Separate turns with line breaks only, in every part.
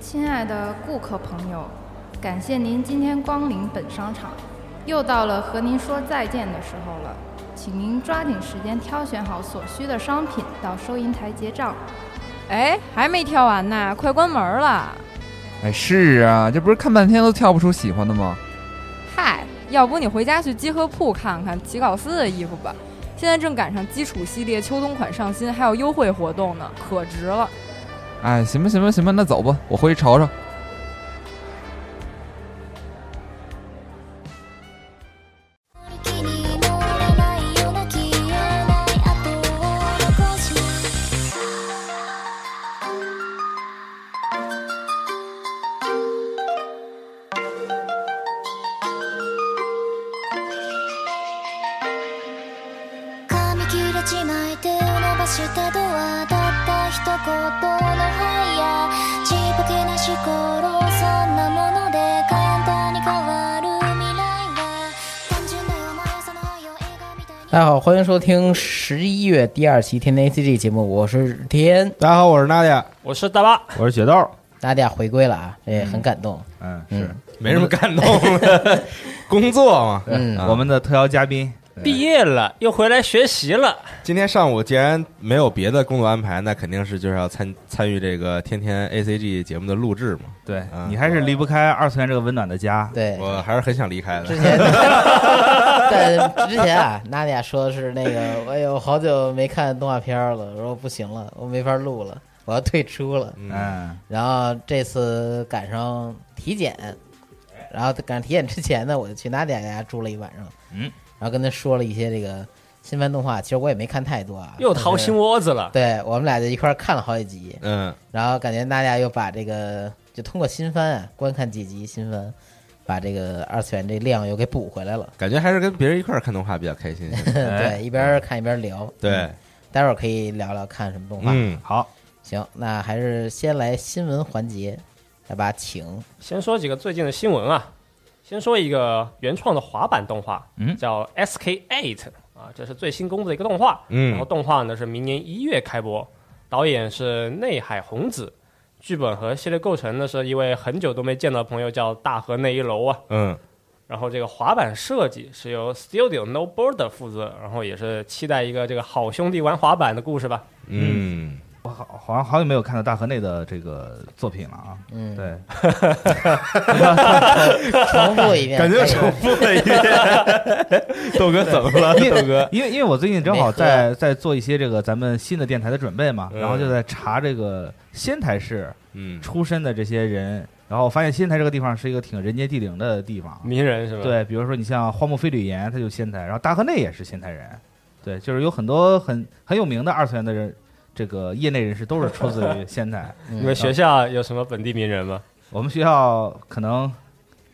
亲爱的顾客朋友，感谢您今天光临本商场，又到了和您说再见的时候了，请您抓紧时间挑选好所需的商品，到收银台结账。
哎，还没挑完呢，快关门了！
哎，是啊，这不是看半天都挑不出喜欢的吗？
嗨，要不你回家去集合铺看看齐考斯的衣服吧，现在正赶上基础系列秋冬款上新，还有优惠活动呢，可值了。
哎，行吧，行吧，行吧，那走吧，我回去瞅瞅。
気にならないような消えない後を残し髪切れちまい手を伸ばしたドアだった一言のハイヤーちっぽけな思考論そんなもので簡単に変わる未来は単純なような朝の早い映画みたいに
大家好，欢迎收听十一月第二期《天天 ACG》节目，我是天，
大家好，我是娜姐，
我是大巴，
我是雪豆。
大家回归了啊，也很感动。
嗯，
嗯
是没什么感动的， 工作嘛。啊
嗯
我们的特邀嘉宾，
毕业了又回来学习了，
今天上午既然没有别的工作安排，那肯定是就是要参参与这个天天 ACG 节目的录制嘛。
对
啊
你还是离不开二次元这个温暖的家。
对，
我还是很想离开的
之。前， 但之前啊，娜姐说的是那个，哎呦，好久没看动画片了，我说不行了，我没法录了，我要退出了。
嗯，
嗯，
然后这次赶上体检，然后赶上体检之前呢，我就去娜姐家住了一晚上，
嗯，
然后跟她说了一些这个新番动画，其实我也没看太多啊，
又掏
但是
心窝子了。
对我们俩就一块儿看了好几集，
嗯，
然后感觉大家又把这个就通过新番啊，观看几集新番，把这个二次元这量又给补回来了。
感觉还是跟别人一块儿看动画比较开心。
哎
对，一边儿看一边儿聊。
对
嗯，，待会儿可以聊聊看什么动画。
嗯，
好，
行，那还是先来新闻环节，来吧，请。
先说几个最近的新闻啊，先说一个原创的滑板动画，
嗯
叫 SK Eight 啊，这是最新公布的一个动画，
嗯
然后动画呢是明年一月开播，导演是内海宏子，剧本和系列构成呢是一位很久都没见到的朋友叫大河内一楼啊，
嗯，
然后这个滑板设计是由 Studio No Border 负责，然后也是期待一个这个好兄弟玩滑板的故事吧。
嗯，
我好好像好久没有看到大河内的这个作品了啊。
嗯，
对，
重复一遍，
感觉
哎呦
重 复了一遍。嗯豆哥怎么了？豆哥，
因为因为我最近正好在在做一些这个咱们新的电台的准备嘛，
嗯
然后就在查这个仙台市
嗯，
出身的这些人，然后我发现仙台这个地方是一个挺人杰地灵的地方。
名人是吧？
对，比如说你像荒木飞吕彦，他就仙台，然后大河内也是仙台人，对，就是有很多很很有名的二次元的人，这个业内人士都是出自于仙 台。
你们学校有什么本地名人吗？
我们学校可能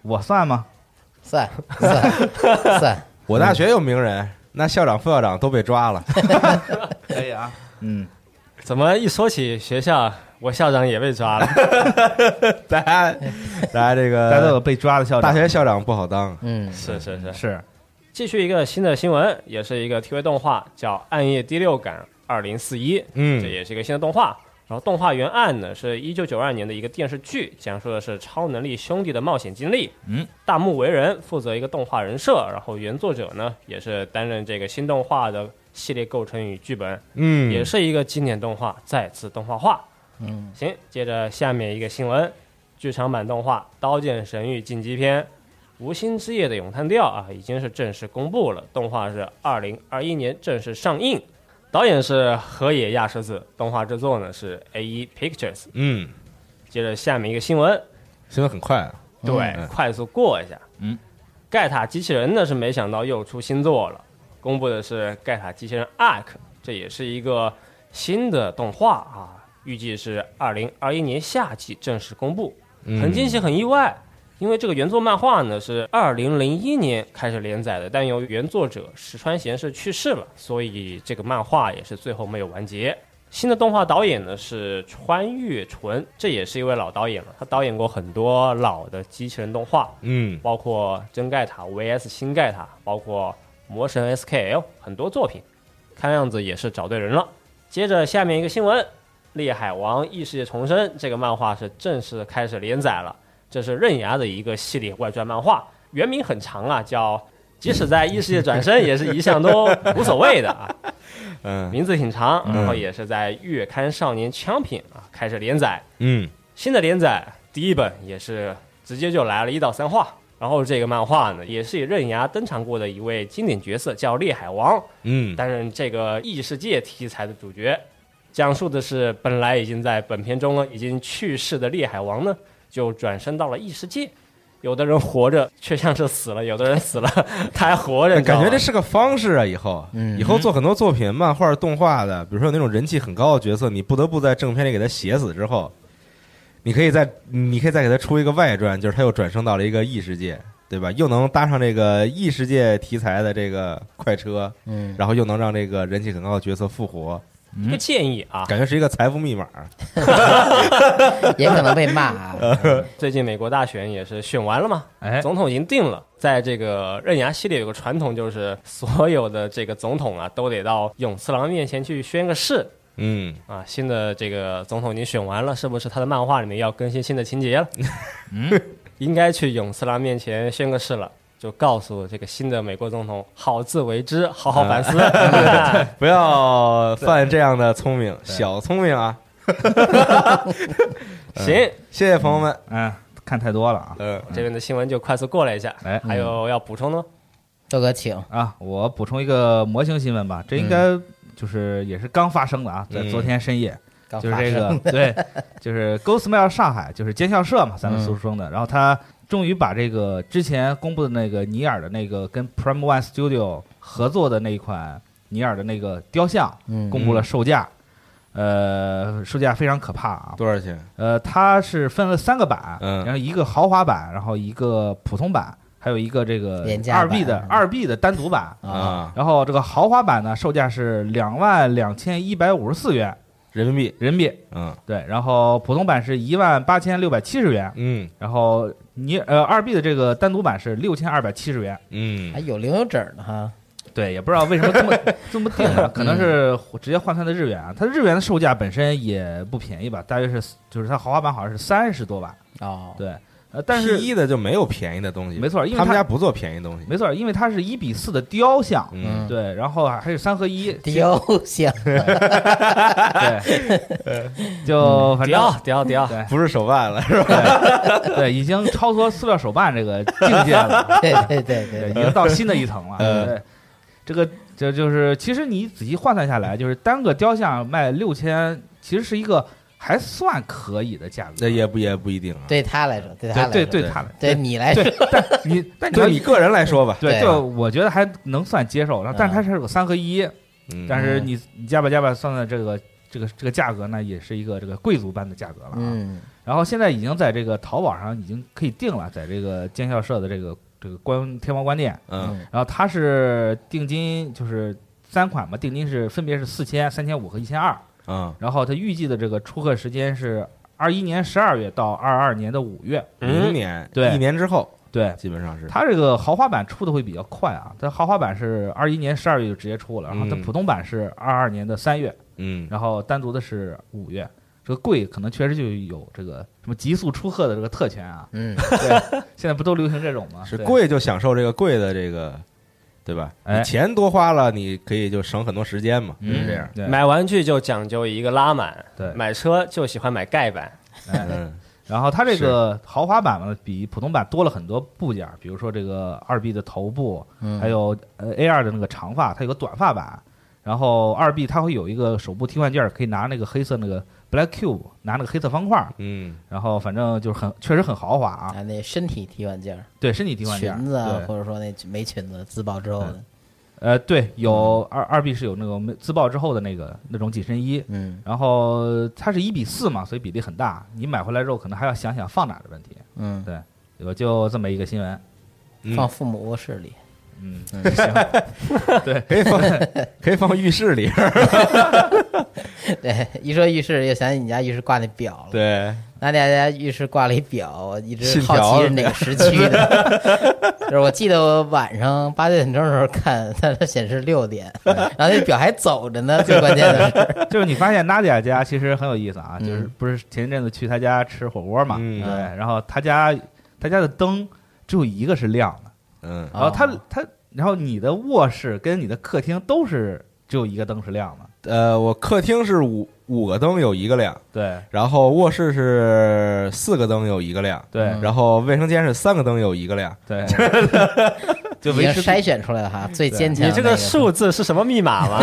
我算吗？
算算算，
我大学有名人，那校长、副校长都被抓 了。
可以啊，嗯，
怎么一说起学校，我校长也被抓了？
大家，大家这个
大家都有被抓的校长。
大学校长不好当。啊
嗯，
是是是。
是
继续一个新的新闻，也是一个 TV 动画，叫《暗夜第六感二零四一》，这
嗯
也是一个新的动画。然后动画原案呢是一九九二年的一个电视剧，讲述的是超能力兄弟的冒险经历。
嗯，
大木为人负责一个动画人设，然后原作者呢也是担任这个新动画的系列构成与剧本。
嗯，
也是一个经典动画再次动画化。嗯，行，接着下面一个新闻，剧场版动画《刀剑神域》晋级篇《无心之夜的咏叹调》啊，已经是正式公布了，动画是二零二一年正式上映，导演是河野亚世子，动画制作呢是 A 一 Pictures。
嗯，
接着下面一个新闻，
新闻很快啊。
对，
嗯
快速过一下。
嗯，
盖塔机器人呢是没想到又出新作了，公布的是盖塔机器人 Arc，这也是一个新的动画啊，预计是二零二一年夏季正式公布。
嗯
很惊喜，很意外，因为这个原作漫画呢是二零零一年开始连载的，但由于原作者石川贤是去世了，所以这个漫画也是最后没有完结。新的动画导演呢是川越纯，这也是一位老导演了，他导演过很多老的机器人动画，
嗯
包括真盖塔 VS 新盖塔，包括魔神 SKL 很多作品，看样子也是找对人了。接着下面一个新闻，烈海王异世界重生》这个漫画是正式开始连载了，这是刃牙的一个系列外传漫画，原名很长啊，叫《即使在异世界转身也是一向都无所谓的》啊，
嗯
名字挺长，
嗯
然后也是在月刊少年枪品啊开始连载。
嗯
新的连载第一本也是直接就来了一到三话，然后这个漫画呢也是以刃牙登场过的一位经典角色叫烈海王
嗯
担任这个异世界题材的主角，讲述的是本来已经在本片中呢已经去世的烈海王呢就转身到了异世界。有的人活着却像是死了，有的人死了他还活着，你知道
感
吗
觉这是个方式啊！以后，
嗯
以后做很多作品、漫画、动画的，比如说有那种人气很高的角色，你不得不在正片里给他写死之后，你可以再，你可以再给他出一个外传，就是他又转生到了一个异世界，对吧？又能搭上这个异世界题材的这个快车，
嗯，
然后又能让这个人气很高的角色复活，
一个建议啊，
感觉是一个财富密码。
也可能被骂啊。
最近美国大选也是选完了嘛，
哎，
总统已经定了。在这个刃牙系列有个传统，就是所有的这个总统啊，都得到永次郎面前去宣个誓
嗯，
啊。新的这个总统已经选完了，是不是他的漫画里面要更新新的情 节了？嗯应该去永次郎面前宣个誓了。就告诉这个新的美国总统，好自为之，好好反 思。
不要犯这样的聪明小聪明啊！
行，
谢谢朋友们。
嗯，看太多了啊
嗯
这边的新闻就快速过来一下。
哎
嗯
还有要补充的吗？
嗯
豆哥请，
啊！我补充一个模型新闻吧，
嗯
这应该就是也是刚发生的啊，在
嗯
昨天深夜，
刚
就是
发
这
生嗯
个对，就是 Go Smile 上海，就是尖校社嘛，咱们俗称的。然后他终于把这个之前公布的那个尼尔的那个跟 Prime One Studio 合作的那一款尼尔的那个雕像
嗯
公布了售价，呃，售价非常可怕啊。
多少钱？
呃，它是分了三个版，
嗯
然后一个豪华版，然后一个普通版，还有一个这个
廉价
二
版嗯
B 的二 B 的单独版。
啊，
然后这个豪华版呢，售价是两万两千一百五十四元
人民币。
人民币，
嗯
对，然后普通版是一万八千六百七十元，
嗯
然后你呃二 B 的这个单独版是六千二百七十元。
嗯
还，有零有整呢哈。
对，也不知道为什 么这么这么定
嗯
啊，可能是直接换算的日元啊。它日元的售价本身也不便宜吧，大约是就是它豪华版好像是三十多吧，
哦，
对，呃，但是
P 一的就没有便宜的东西，
没错因为
他们
它
家不做便宜的东西。
没错，因为它是一比四的雕像，
嗯，
对，然后还是三合一，
雕 像，
对，
嗯
就反
迪奥
正，
迪奥，迪奥，
对
不是手办了，是吧？
对对，已经超脱塑料手办这个境界了。
对对对
对，
对
已
对，
经到新的一层了。
嗯
对，这个这就是其实你仔细换算下来，就是单个雕像卖六千，其实是一个还算可以的价格。
那也不也不一定啊。
对他来说，对他
对
来
对
说，
对，
对
他们
对你来说，
你， 但你
就
要
你个人来说吧，
对，
对
就我觉得还能算接受。然后，但是它
嗯
是有三合一，
嗯
但是你你加吧加吧算算这个。这个这个价格呢，也是一个这个贵族般的价格了、啊。
嗯，
然后现在已经在这个淘宝上已经可以定了，在这个尖校社的这个这个官天猫官店，
嗯
然后它是定金就是三款嘛，定金是分别是四千、三千五和一千二。
嗯
然后它预计的这个出货时间是二一年十二月到二二年的五月。
明
嗯，
年
对
一年之后
对，
基本上是
它这个豪华版出的会比较快啊，它豪华版是二一年十二月就直接出了，然后它
嗯
普通版是二二年的三月，
嗯
然后单独的是五月。这个贵可能确实就有这个什么急速出货的这个特权啊，
嗯，
对，现在不都流行这种吗？
是
对
贵就享受这个贵的这个，对吧？
哎
你钱多花了，你可以就省很多时间嘛，
嗯
就是这样。
对
买玩具就讲究一个拉满，
对
买车就喜欢买盖板。
哎
嗯
然后它这个豪华版呢，比普通版多了很多部件儿，比如说这个二 B 的头部，
嗯
还有呃 A 二的那个长发，它有个短发版。然后二 B 它会有一个手部替换件儿，可以拿那个黑色那个 Black Cube，拿那个黑色方块儿。
嗯
然后反正就是很确实很豪华啊，
啊，那身体替换件儿，
对身体替换件儿，
裙子啊，
对，
或者说那没裙子自爆之后的，
呃对，有二二 B 是有那种没自爆之后的那个那种紧身衣。
嗯
然后它是一比四嘛，所以比例很大。你买回来之后，可能还要想想放哪儿的问题。
嗯，
对，有就这么一个新闻。
嗯
放父母卧室里，
嗯，
嗯
行，
可以放可以放浴室里，
对，一说浴室又想起你家浴室挂那表了，
对，
那大家浴室挂了一表，我一直
信条
好奇是哪个时区的。 就是我记得我晚上八九点钟的时候看，但它显示六点，然后那表还走着呢。最关键的是，
就是你发现娜迪亚家其实很有意思啊，
嗯啊
就是不是前一阵子去她家吃火锅嘛，
嗯
对，然后她家她家的灯只有一个是亮的，
嗯，
然后她
哦
她然后你的卧室跟你的客厅都是只有一个灯是亮的，
呃，我客厅是五五个灯有一个亮，
对
然后卧室是四个灯有一个亮，
对
嗯
然后卫生间是三个灯有一个亮。
对，
已
就维
经
持
筛选出来了哈，最坚强
你
的
这
那个
个数字是什么密码吗？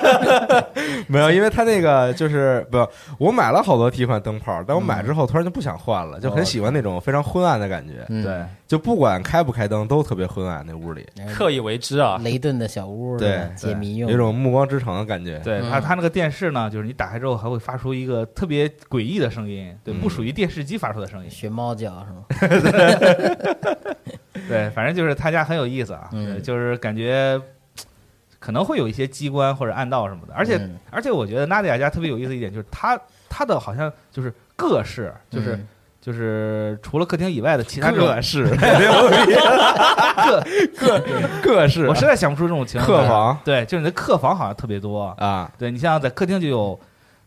没有，因为它那个就是不，我买了好多替换灯泡，但我买之后突然就不想换了，就很喜欢那种非常昏暗的感觉，
嗯
对。
就不管开不开灯都特别昏暗，那屋里
刻意为之啊！
雷顿的小屋，
对
是吧解谜
有
用
一种暮光之城的感觉。
对
嗯
它，它那个电视呢，就是你打开之后还会发出一个特别诡异的声音，对，
嗯
不属于电视机发出的声音。
学猫叫是吗？
对，反正就是他家很有意思啊，
嗯
对就是感觉可能会有一些机关或者暗道什么的，而且、
嗯
而且我觉得娜迪亚家特别有意思一点就是他他的好像就是各室就是。
嗯
就是除了客厅以外的其他这种
各 式牛逼， 各各各式啊
我实在想不出这种情况。
客房
对，就是你的客房好像特别多。
啊，
对你像在客厅就有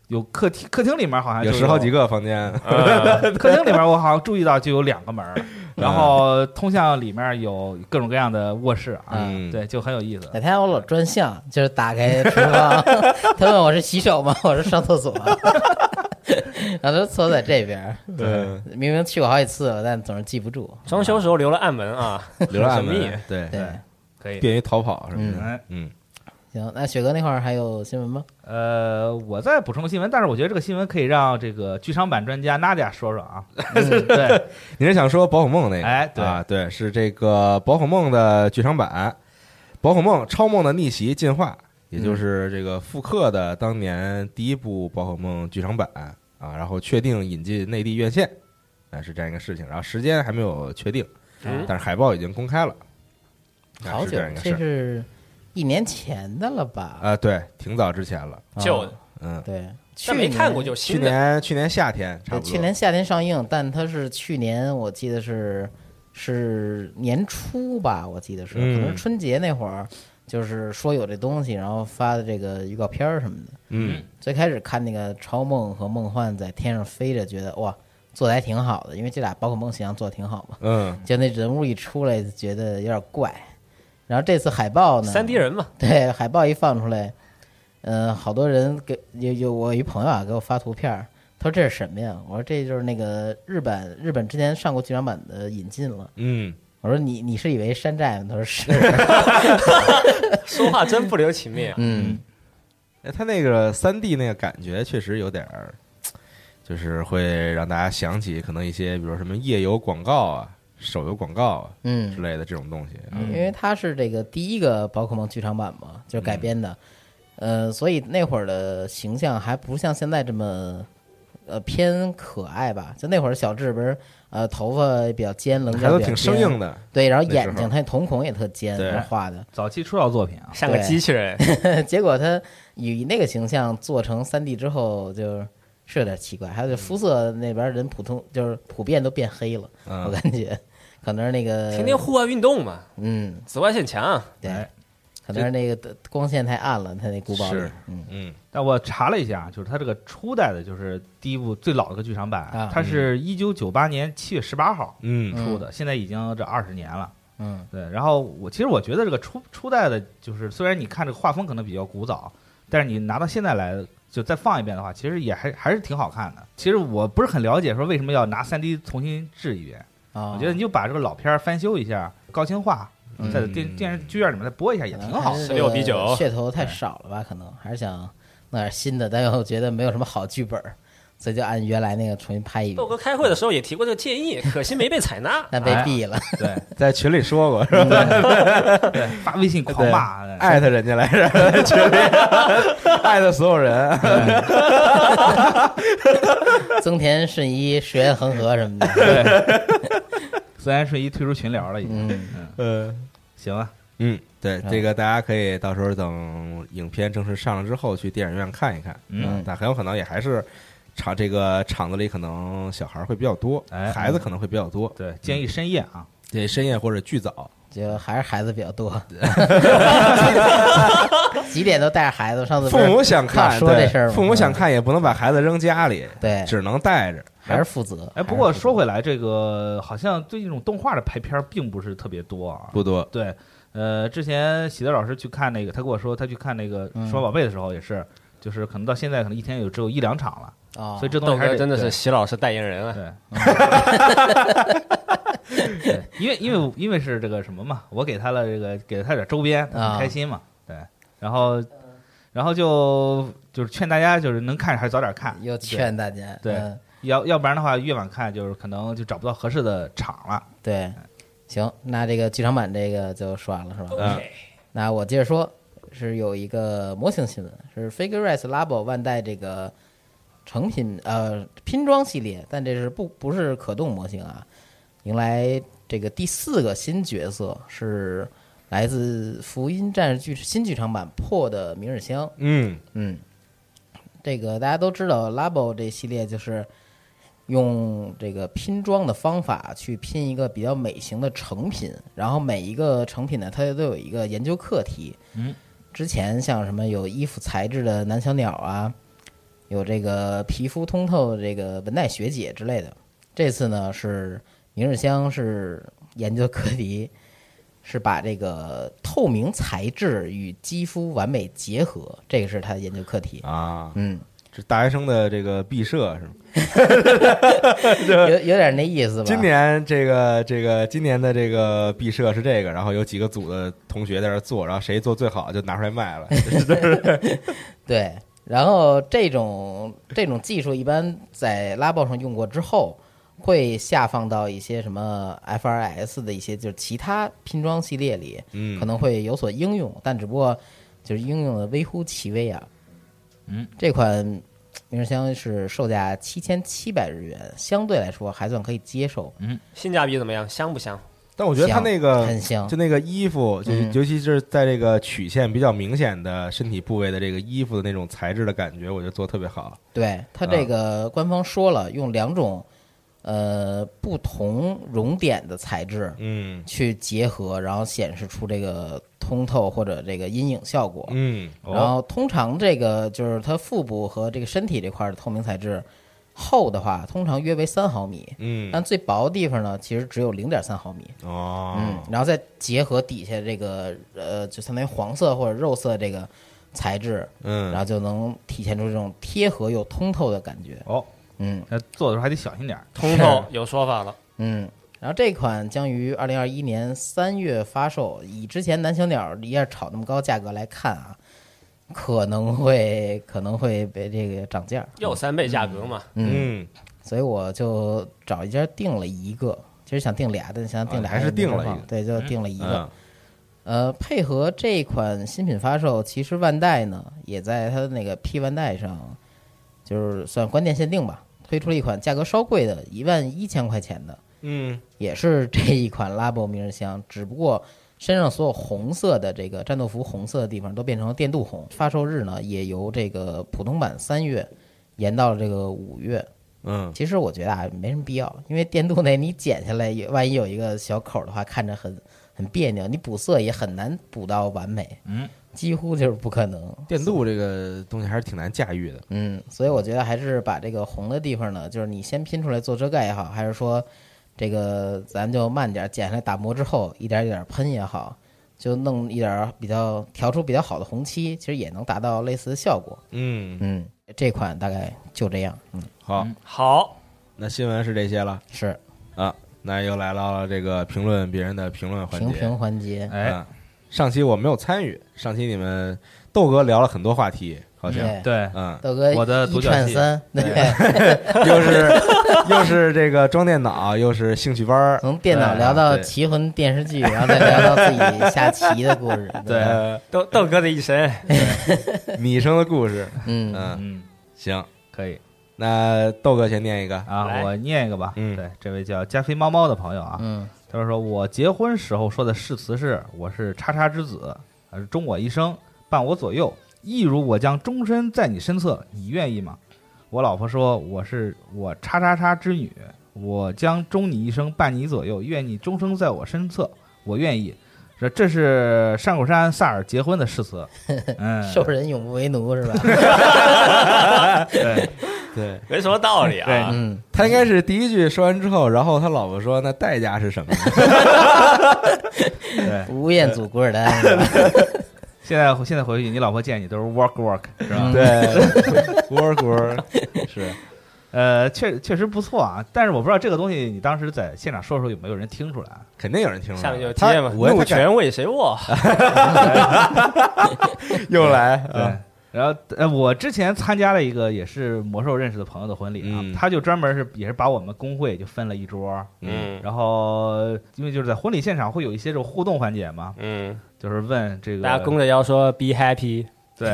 有客厅，客厅里面好像就
啊有十好几个房间，
嗯
客厅里面我好像注意到就有两个门儿，然后通向里面有各种各样的卧室啊，
嗯，
对，就很有意思。
哪天我老专项，就是打开厨房，他问我是洗手吗？我说上厕所， 然后他说厕所在这边，
对，
明明去过好几次了，但总是记不住。
装修时候留了暗门啊，
流浪
神秘
门，对，
对，
可以，
便于逃跑什么的，
嗯，
嗯，
行，那雪哥那块儿还有新闻吗？
呃，我再补充个新闻，但是我觉得这个新闻可以让这个剧场版专家 Nadia 说说啊。对，
你是想说宝可梦那个？
哎对
啊，对，是这个宝可梦的剧场版，宝可梦超梦的逆袭进化，也就是这个复刻的当年第一部宝可梦剧场版啊，然后确定引进内地院线，啊是这样一个事情，然后时间还没有确定，
嗯
但是海报已经公开了，啊
好
是
久
这样一，个事
这
儿
是一年前的了吧？
啊，对，挺早之前了，
旧
啊
的，
嗯，
对，去
但没
年
看过就
去
新的。
年去年夏天差
对
不多，
去年夏天上映，但它是去年我记得是是年初吧，我记得是，
嗯
可能是春节那会儿，就是说有这东西，然后发的这个预告片儿什么的。
嗯
最开始看那个超梦和梦幻在天上飞着，觉得哇做的还挺好的，因为这俩宝可梦形象做的挺好嘛。
嗯，
就那人物一出来，就觉得有点怪。然后这次海报呢，
三 D 人嘛，
对，海报一放出来，呃，好多人给有有我一朋友啊给我发图片儿，他说这是什么呀？我说这就是那个日本日本之前上过剧场版的引进了。
嗯，
我说你你是以为山寨吗？他说是，。
说话真不留情面
嗯，
哎，它那个三 D 那个感觉确实有点儿，就是会让大家想起可能一些，比如什么页游广告啊、手游广告啊
嗯
之类的这种东西啊。
因为它是这个第一个宝可梦剧场版嘛，就是改编的，呃，所以那会儿的形象还不像现在这么。呃，偏可爱吧，就那会儿小智不是，呃，头发比较尖，棱
还
角
都
比较
挺生
尖
硬，的，
对，然后
那时
眼
候
睛他瞳孔也特尖，
对
然后画的，
早期出道作品啊，
像个
对
机器人，
结果他以那个形象做成三 D 之后，就是有点奇怪。还有就肤色那边人普通就是普遍都变黑了，我
嗯，
感觉可能是那个
天天户外运动嘛，
嗯
紫外线强。
对
哎，
可能是那个光线太暗了，他那古堡里
是
嗯
嗯，
但我查了一下，就是它这个初代的，就是第一部最老的一个剧场版，
啊
它是一九九八年七月十八号
嗯，
出的，现在已经这二十年了。
嗯
对，然后我其实我觉得这个初初代的，就是虽然你看这个画风可能比较古早，但是你拿到现在来就再放一遍的话，其实也还还是挺好看的。其实我不是很了解说为什么要拿三 D 重新制一遍，
啊，
我觉得你就把这个老片儿翻修一下，高清化，
嗯
在电电视剧院里面再播一下也
可
挺
能
好
还。是
16比9
噱头
嗯
太少了吧？可能还是想弄点新的，但又觉得没有什么好剧本儿，所以就按原来那个重新拍一遍
豆，哥开会的时候也提过这个建议，可惜没被采纳。
但
哎
被毙了。
对
在群里说过，
对，发微信狂骂，哎对
艾特人家来着，在 群里艾特所有人，
增田顺一、石原恒河什么的，
虽然是一退出群聊了已经。
嗯
呃，
行啊，
嗯，对，这个大家可以到时候等影片正式上了之后去电影院看一看，
嗯
啊但很有可能也还是厂这个厂子里可能小孩儿会比较多，
哎
孩子
嗯
可能会比较多，
对，建议深夜啊，
对，深夜或者巨早，
就还是孩子比较 多，几点都带着孩子。上次不
父
是
母想看，
老说
对
这事儿吗哎
父母想
嗯
看也不能把孩子扔家里，
对，
只能带着。
还是负责。
哎，不过说回来，这个好像对这种动画的拍片儿并不是特别多啊。
不多，
对，呃，之前喜德老师去看那个，他跟我说他去看那个
嗯
《数码宝贝》的时候也是，就是可能到现在可能一天有只有一两场了，
啊，
所以这东
豆
西还
哥
是
真的
对
是席老师代言人啊！
对，对，因为因为因为是这个什么嘛，我给他了这个给了他点周边，他
啊
很开心嘛，对，然后然后就就是劝大家就是能看还是早点看，
又
对
劝大家，
对
嗯
要要不然的话越晚看就是可能就找不到合适的场了，
对，行，那这个剧场版这个就说完了是吧？
嗯，
那我接着说，是有一个模型新闻，是 Figurines Labo 万代这个成品呃拼装系列，但这是不不是可动模型啊，迎来这个第四个新角色是来自福音战士剧新剧场版破的明日香，
嗯，
嗯，这个大家都知道，Labo 这系列就是用这个拼装的方法去拼一个比较美型的成品，然后每一个成品呢，它都有一个研究课题。
嗯，
之前像什么有衣服材质的男小鸟啊，有这个皮肤通透的这个文奈学姐之类的。这次呢是明日香是研究课题。是把这个透明材质与肌肤完美结合，这个是他的研究课题。
啊，
嗯，
这大学生的这个毕设是吗？
有有点那意思吧？
今年这个这个今年的这个毕设是这个，然后有几个组的同学在这儿做，然后谁做最好就拿出来卖
哎
了，
对，然后这种这种技术一般在拉爆上用过之后，会下放到一些什么 FRS 的一些就是其他拼装系列里，
嗯，
可能会有所应用，但只不过就是应用的微乎其微啊。
嗯，
这款明日香是售价七千七百日元，相对来说还算可以接受。
性价比怎么样？香不香？
但我觉得他
香
那个
很香
就，那个衣服，就
嗯
尤其是在这个曲线比较明显的身体部位的这个衣服的那种材质的感觉，我觉得做得特别好。
对它
啊
这个官方说了，用两种呃不同熔点的材质
嗯
去结合，然后显示出这个通透或者这个阴影效果。
嗯
然后通常这个就是它腹部和这个身体这块的透明材质厚的话，通常约为三毫米，
嗯
但最薄的地方呢，其实只有零点三毫米。嗯
哦，，
然后再结合底下这个呃，就相当于黄色或者肉色这个材质，
嗯
然后就能体现出这种贴合又通透的感觉。
哦，
嗯
那做的时候还得小心点儿，
通透有说法了，
嗯，然后这款将于二零二一年三月发售。以之前南小鸟一下炒那么高价格来看啊，可能会可能会被这个涨价。
又三倍价格嘛，
嗯，
嗯，
所以我就找一家定了一个，其实想定俩，但想定俩
啊还是定了
没
一个
地儿放对，就定了一个。
嗯
呃，配合这款新品发售，其实万代呢也在它的那个 P 万代上，就是算关店限定吧，推出了一款价格稍贵的，一万一千块钱的，
嗯
也是这一款拉博明日香，只不过身上所有红色的这个战斗服红色的地方都变成了电镀红。发售日呢也由这个普通版三月延到了这个五月。
嗯，
其实我觉得啊没什么必要，因为电镀那你剪下来也万一有一个小口的话，看着很很别扭，你补色也很难补到完美，
嗯，
几乎就是不可能。
电镀这个东西还是挺难驾驭的。
嗯，所以我觉得还是把这个红的地方呢，就是你先拼出来做遮盖也好，还是说这个咱就慢点儿剪下来打磨之后，一点儿一点儿喷也好，就弄一点儿比较调出比较好的红漆，其实也能达到类似的效果。
嗯，
嗯，这款大概就这样。嗯，
好，
好，
那新闻是这些了
是
啊，那又来到了这个评论别人的评论环
评
节。
评环节，
哎，
嗯，上期我没有参与，上期你们豆哥聊了很多话题，好像
对，
对，
嗯，
豆哥
我的
一
独角
串
戏
三，对，
又是又是这个装电脑，又是兴趣班 儿，
从电脑聊到棋魂电视剧，然后再聊到自己下棋的故事。
对
呃，
豆豆哥的一生，
米生的故事，
嗯，
嗯，
嗯，
行，
可以
那豆哥先念一个，
啊，
来
我念一个吧，
嗯
对，这位叫加菲猫猫的朋友啊，
嗯
他说：“我结婚时候说的誓词是，我是叉叉之子，呃，终我一生，伴我左右，亦如我将终身在你身侧，你愿意吗？”我老婆说我是我叉叉叉之女，我将终你一生，伴你左右，愿你终生在我身侧，我愿意。这这是山口山萨尔结婚的誓词，嗯，
受人永不为奴是吧？
对，
对，
没什么道理啊。
嗯，
他应该是第一句说完之后，然后他老婆说：“那代价是什么呢
哎
吴彦祖、古尔丹 是吧，
现在现在回去，你老婆见你都是 work work 是
嗯
吧？？”
对，蝈蝈是
呃，确确实不错啊，但是我不知道这个东西你当时在现场说的时候有没有人听出来。啊
肯定有人听出
下
来
面
了。
就
他
接嘛，
我
怒拳为谁握？
又来
对，
啊，
然后呃，我之前参加了一个也是魔兽认识的朋友的婚礼啊，
嗯
他就专门是也是把我们工会就分了一桌，
嗯
然后因为就是在婚礼现场会有一些这种互动环节嘛，
嗯，
就是问这个
大家弓着腰说 “be happy”，
对，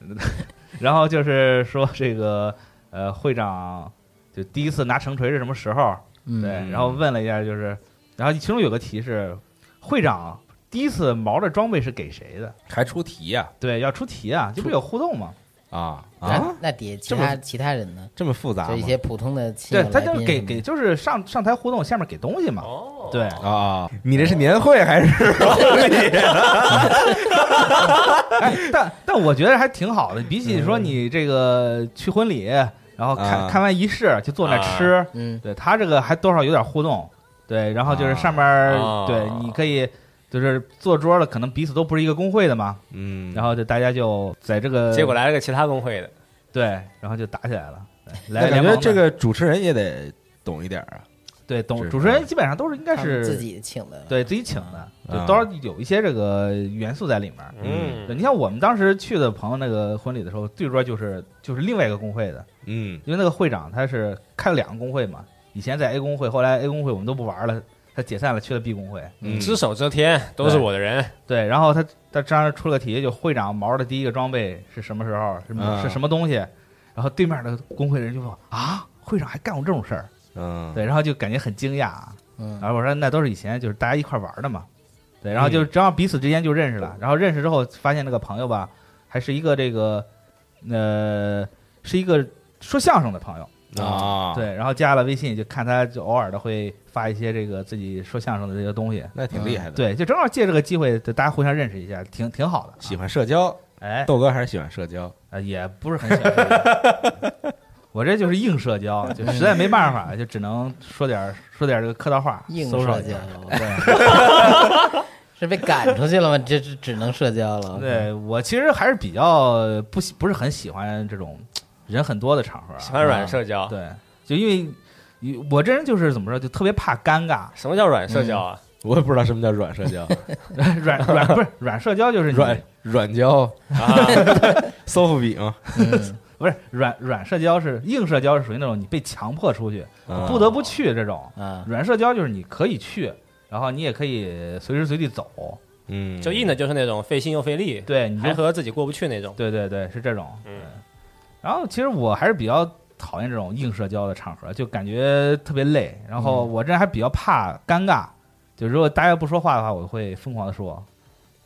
嗯
然后就是说这个呃会长就第一次拿绳锤是什么时候？
嗯
对，然后问了一下就是，然后其中有个题是会长第一次毛的装备是给谁的？
还出题呀
对，要出题啊，这不有互动吗？
啊
那，那底下其
这么
他其他人呢？
这么复杂
就
吗？
一些普通的亲
对
友，
他
来
就是
宾
给
什么
给
的
就是上上台互动，下面给东西嘛。
哦
对，
啊，你这是年会还是婚礼？
哎，但但我觉得还挺好的，比起说你这个去婚礼，然后看、
啊
看完仪式就坐那吃，
嗯，
对他这个还多少有点互动，对，然后就是上面、
啊
对你可以就是坐桌了，可能彼此都不是一个工会的嘛，
嗯，
然后就大家就在这个
结果来了个其他工会的，
对，然后就打起来了，对来
那
联
感
盟
觉
的
这个主持人也得懂一点啊。
对懂
是
主持人基本上都是应该
他们
是
自己请的，，
对自己请的，
啊
就都是有一些这个元素在里面。
嗯
嗯，
对，你像我们当时去的朋友那个婚礼的时候，对桌就是就是另外一个工会的，
嗯
因为那个会长他是开了两个工会嘛，以前在 A 工会，后来 A 工会我们都不玩了，他解散了去了 B 工会。
嗯，
只手遮天都是我的人，
对，然后他他当时出了个题，就会长毛的第一个装备是什么时候，是、
嗯
是什么东西，然后对面的工会人就说啊，会长还干过这种事儿，
嗯，
对，然后就感觉很惊讶啊。
嗯
然后我说那都是以前就是大家一块玩的嘛，对，然后
嗯
就正好彼此之间就认识了，然后认识之后发现那个朋友吧，还是一个这个呃是一个说相声的朋友，
啊，，
对，然后加了微信就看他就偶尔的会发一些这个自己说相声的这些东西，
那挺厉害的。，
对，就正好借这个机会大家互相认识一下，挺挺好的啊，
喜欢社交，
哎，
豆哥还是喜欢社交。
呃也不是很喜欢社交。 我这就是硬社交，就实在没办法，就只能说点儿说点儿这个客套话，
硬
搜索
社
一
交
下，
对， 是被赶出去了吗？这这只能社交了，，
对我其实还是比较不喜不是很喜欢这种人很多的场合、
喜
啊。
欢软社交。
对，就因为你我这人就是怎么说，就特别怕尴尬。
什么叫软社交啊？
我也不知道什么叫软社交，
软 软不是软社交，就是你
软软交，
啊，
搜付比嘛，
嗯
不是软软社交是硬社交，是属于那种你被强迫出去，
啊
不得不去这种。
啊，
软社交就是你可以去，然后你也可以随时随地走。
嗯，
就硬的就是那种费心又费力，
对，你
还
就
和自己过不去那种。
对对对，是这种。
嗯，
然后其实我还是比较讨厌这种硬社交的场合，就感觉特别累。然后我这人还比较怕尴尬，就如果大家不说话的话，我会疯狂 的说，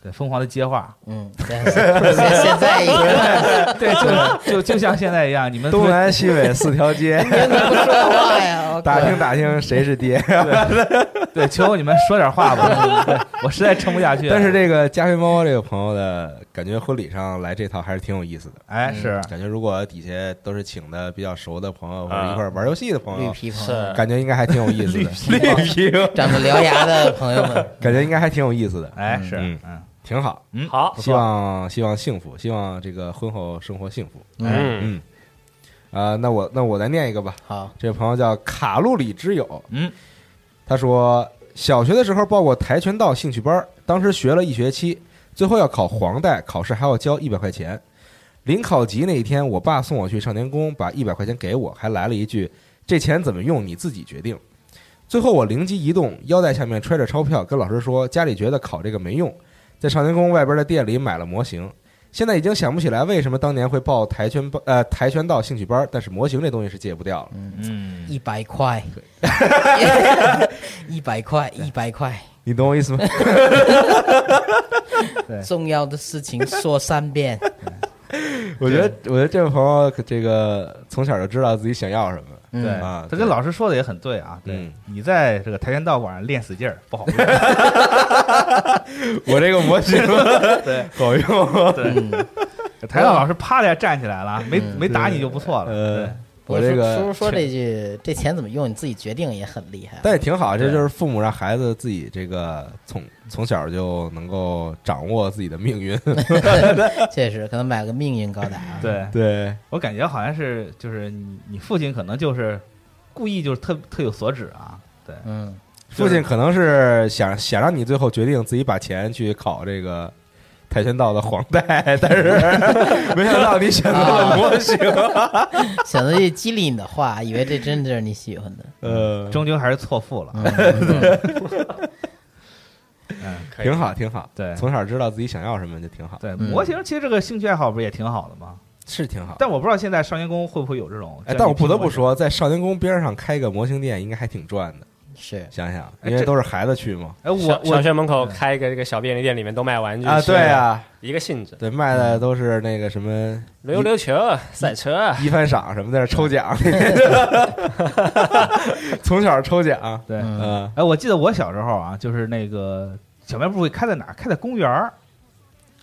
对，疯狂的接话。
嗯，现 在现在已经
对，就就就像现在一样，你们
东南西北四条街，
不说话呀，我靠
打听打听谁是爹。
对，求你们说点话吧，对我实在撑不下去了。
但是这个加菲猫这个朋友的感觉，婚礼上来这套还是挺有意思的。
哎是
感觉如果底下都是请的比较熟的朋友，或
啊
者一块儿玩游戏的朋
绿
友，
皮朋友
是，
感觉应该还挺有意思的。
绿
皮，
长着獠牙的朋友们，
感觉应该还挺有意思的，
哎是
嗯
嗯
挺好。
好，
希望希望幸福，希望这个婚后生活幸福。
哎
嗯，
嗯，
嗯，啊、那我那我再念一个吧。
好，
这位朋友叫卡路里之友，
嗯，
他说小学的时候报过跆拳道兴趣班儿，当时学了一学期，最后要考黄带，考试还要交一百块钱。临考级那一天，我爸送我去少年宫，把一百块钱给我，还来了一句：“这钱怎么用你自己决定。”最后我灵机一动，腰带下面揣着钞票，跟老师说家里觉得考这个没用，在少年宫外边的店里买了模型。现在已经想不起来为什么当年会报跆拳班呃跆拳道兴趣班儿，但是模型这东西是戒不掉了。
嗯，
一百块， 一百块，一百块，
你懂我意思 吗？
重要的事情说三遍，
我觉得，我觉得这位朋友可这个从小就知道自己想要什么。
嗯
对
啊
他
对
跟老师说的也很对啊。对
嗯
你在这个跆拳道馆上练死劲儿不好用，
我这个模型
对
好用 吗，
对，
嗯，
跆拳道老师啪的站起来了，没
嗯
没打你就不错了。
呃
对，，
我这个
叔叔说这句，这钱怎么用你自己决定也很厉害。
但也挺好，这
对
就是父母让孩子自己这个从从小就能够掌握自己的命运。
确实，可能买个命运高达啊。
对
对，
我感觉好像是就是你你父亲可能就是故意就是特特有所指啊。对，
嗯，
父亲可能是想想让你最后决定自己把钱去考这个跆拳道的皇带，但 是没想到你选择
啊
了模型。
选择去激励你的话，以为这真的是你喜欢的。
呃，
终究还是错付了。
嗯
挺好，挺好。
对
从小知道自己想要什么就挺好，
对，
嗯
模型其实这个兴趣爱好不是也挺好的吗？
是挺好。
但我不知道现在少年宫会不会有这种。
啊哎，但我不得不，说，在少年宫边上开个模型店，应该还挺赚的。
是，
想想，
哎
因为
这
都是孩子去嘛。
哎，我
小小
我
学门口开一个这个小便利店，里面都卖玩具
啊，对
啊，
啊，
一个性质，
对，卖
嗯
的都是那个什么
溜溜球、赛车，
一番赏什么的，抽奖， 从小抽奖，
对，
嗯，
嗯，
哎，我记得我小时候啊，就是那个小卖部会开在哪儿？开在公园儿，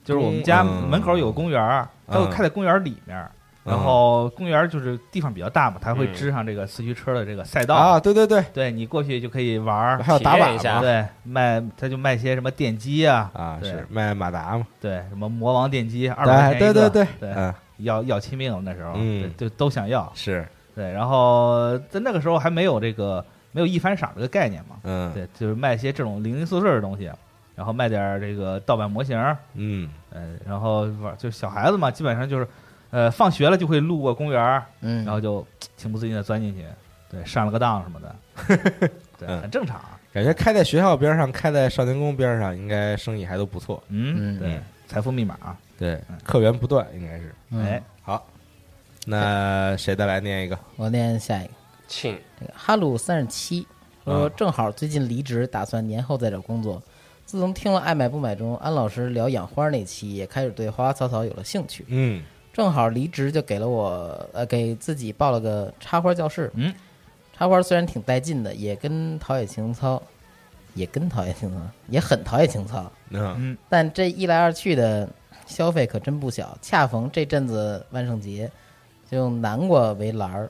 就是我们家
嗯
门口有个公园儿，它会
嗯
开在公园儿里面儿。然后公园儿就是地方比较大嘛，它会支上这个四驱车的这个赛道，
嗯啊，对对对，
对你过去就可以玩儿。
还有打
体
靶
验一
嘛
下
对，卖它就卖些什么电机啊，
啊，
对
是卖马达嘛，
对，什么魔王电机二百
对
块钱
对
一个
对对，
对
嗯，
要要亲命了那时候，
嗯
对，就都想要。
是，
对，然后在那个时候还没有这个没有一番赏这个概念嘛，
嗯
对，就是卖一些这种零零碎碎的东西，然后卖点儿这个盗版模型儿，
嗯，
呃，然后玩就是小孩子嘛，基本上就是，呃，放学了就会路过公园儿，
嗯，
然后就情不自禁的钻进去，对，上了个当什么的，对，
嗯
很正常。啊
感觉开在学校边上，开在少年宫边上，应该生意还都不错，
嗯，
嗯
对，财富密码啊，
对
嗯，
客源不断，应该是。
嗯
哎，，
那谁再来念一个？
我念下一个，
请
这个哈鲁三十七
啊
说，正好最近离职，打算年后再找工作。自从听了《爱买不买》中安老师聊养花那期，也开始对花花草草有了兴趣。
嗯，
正好离职，就给了我呃，给自己报了个插花教室。
嗯，
插花虽然挺带劲的，也跟陶冶情操，也跟陶冶情操，也很陶冶情操。
那
嗯，
但这一来二去的消费可真不小。恰逢这阵子万圣节，就用南瓜为篮儿，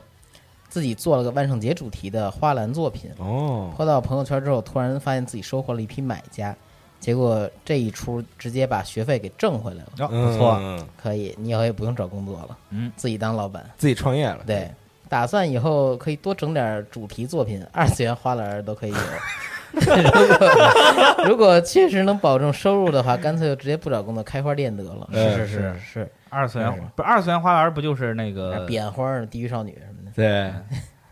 自己做了个万圣节主题的花篮作品，
哦，
抛到朋友圈之后，突然发现自己收获了一批买家，结果这一出直接把学费给挣回来了。
哟、不错，
嗯
可以，你以后也不用找工作了，
嗯，
自己当老板。
自己创业了，
对，打算以后可以多整点主题作品， 二次元花篮儿都可以有。如果 如果确实能保证收入的话，干脆就直接不找工作，开花店得了。
嗯
是
是
是是
二次
是
元不是二次元花篮不就是那
是，
哎
个？
扁花儿、地狱少女什么的。
对，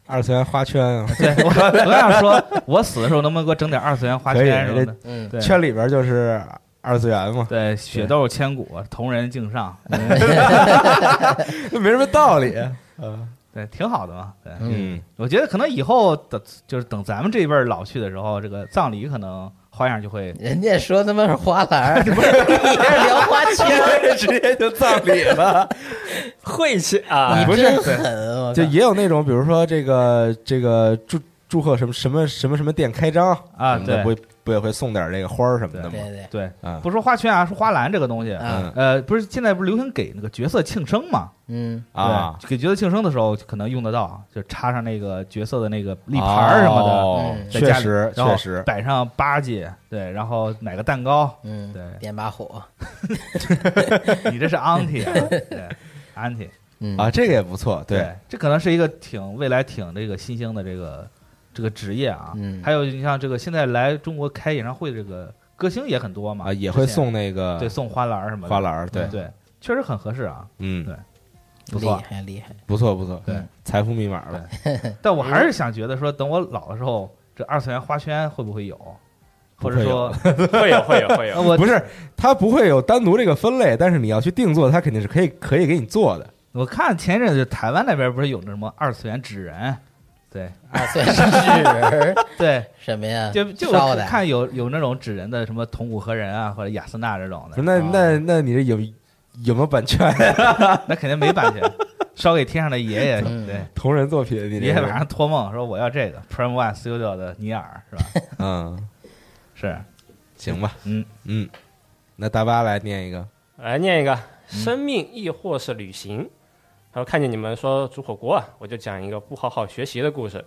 二次元花圈啊，
对， 我我想说，我死的时候能不能给我整点二次元花
可以
圈什么的？
嗯，
对，
圈里边就是二次元 嘛，
对，血豆千古，同人敬上，
那没什么道 理。嗯
对，挺好的嘛。对，
嗯
我觉得可能以后等就是等咱们这一辈儿老去的时候，这个葬礼可能花样就会
人家说他妈是花篮儿，不是你是聊花圈，
直接就葬礼 了，
晦气 啊！
不
真
是，
狠，我
就
操
也有那种，比如说这个这个祝祝贺什么什么什么什么店开张
啊，
什么的
对
嗯不不也会送点这个花儿什么的
对
吗？
对，
对，
啊，
不说花圈啊，说花篮这个东西，
啊
嗯
呃，不是现在不是流行给那个角色庆生嘛？
嗯
啊，
对，给角色庆生的时候可能用得到，啊就插上那个角色的那个立牌儿什么的，
哦
嗯
在
确
家里
实
然后
确实，
摆上八戒，对，然后买个 蛋糕，
嗯，
对
点把火，
你这是 auntie，啊对，auntie，
嗯
啊，，这个也不错，对，
对，这可能是一个挺未来挺这个新兴的这个这个职业啊。
嗯
还有你像这个现在来中国开演唱会的这个歌星也很多嘛，
啊，也
之前
会送那个
对送花篮儿什么的，
花篮儿，对，
对，确实很合适啊。
嗯
对，不
厉
错
害厉害，
不错不错，
对
嗯，财富密码呗，
但我还是想觉得说，等我老的时候，这二次元花圈会不会有？
不
或
会
者说，
会有会有会
呃
有，
我
不是，它不会有单独这个分类，但是你要去定做，它肯定是可以可以给你做的。
我看前一阵子台湾那边不是有那什么二次元纸人？对
二岁是人儿
对，
什么呀？
就就
烧
我
的，
看有有那种纸人的什么铜鼓和人啊，或者亚斯纳这种
不
的
是，那
啊
那那你这有有没有版权？
那肯定没版权，烧给天上的爷爷，
嗯
对，
同人作品，你
爷爷
这
晚上托梦说我要这个 Prime One Studio 的尼尔是吧？
嗯，
是，
行吧，
嗯
嗯，那大巴来念一个，
来念一个：生命亦或是旅行。他说看见你们说煮火锅啊，我就讲一个不好好学习的故事。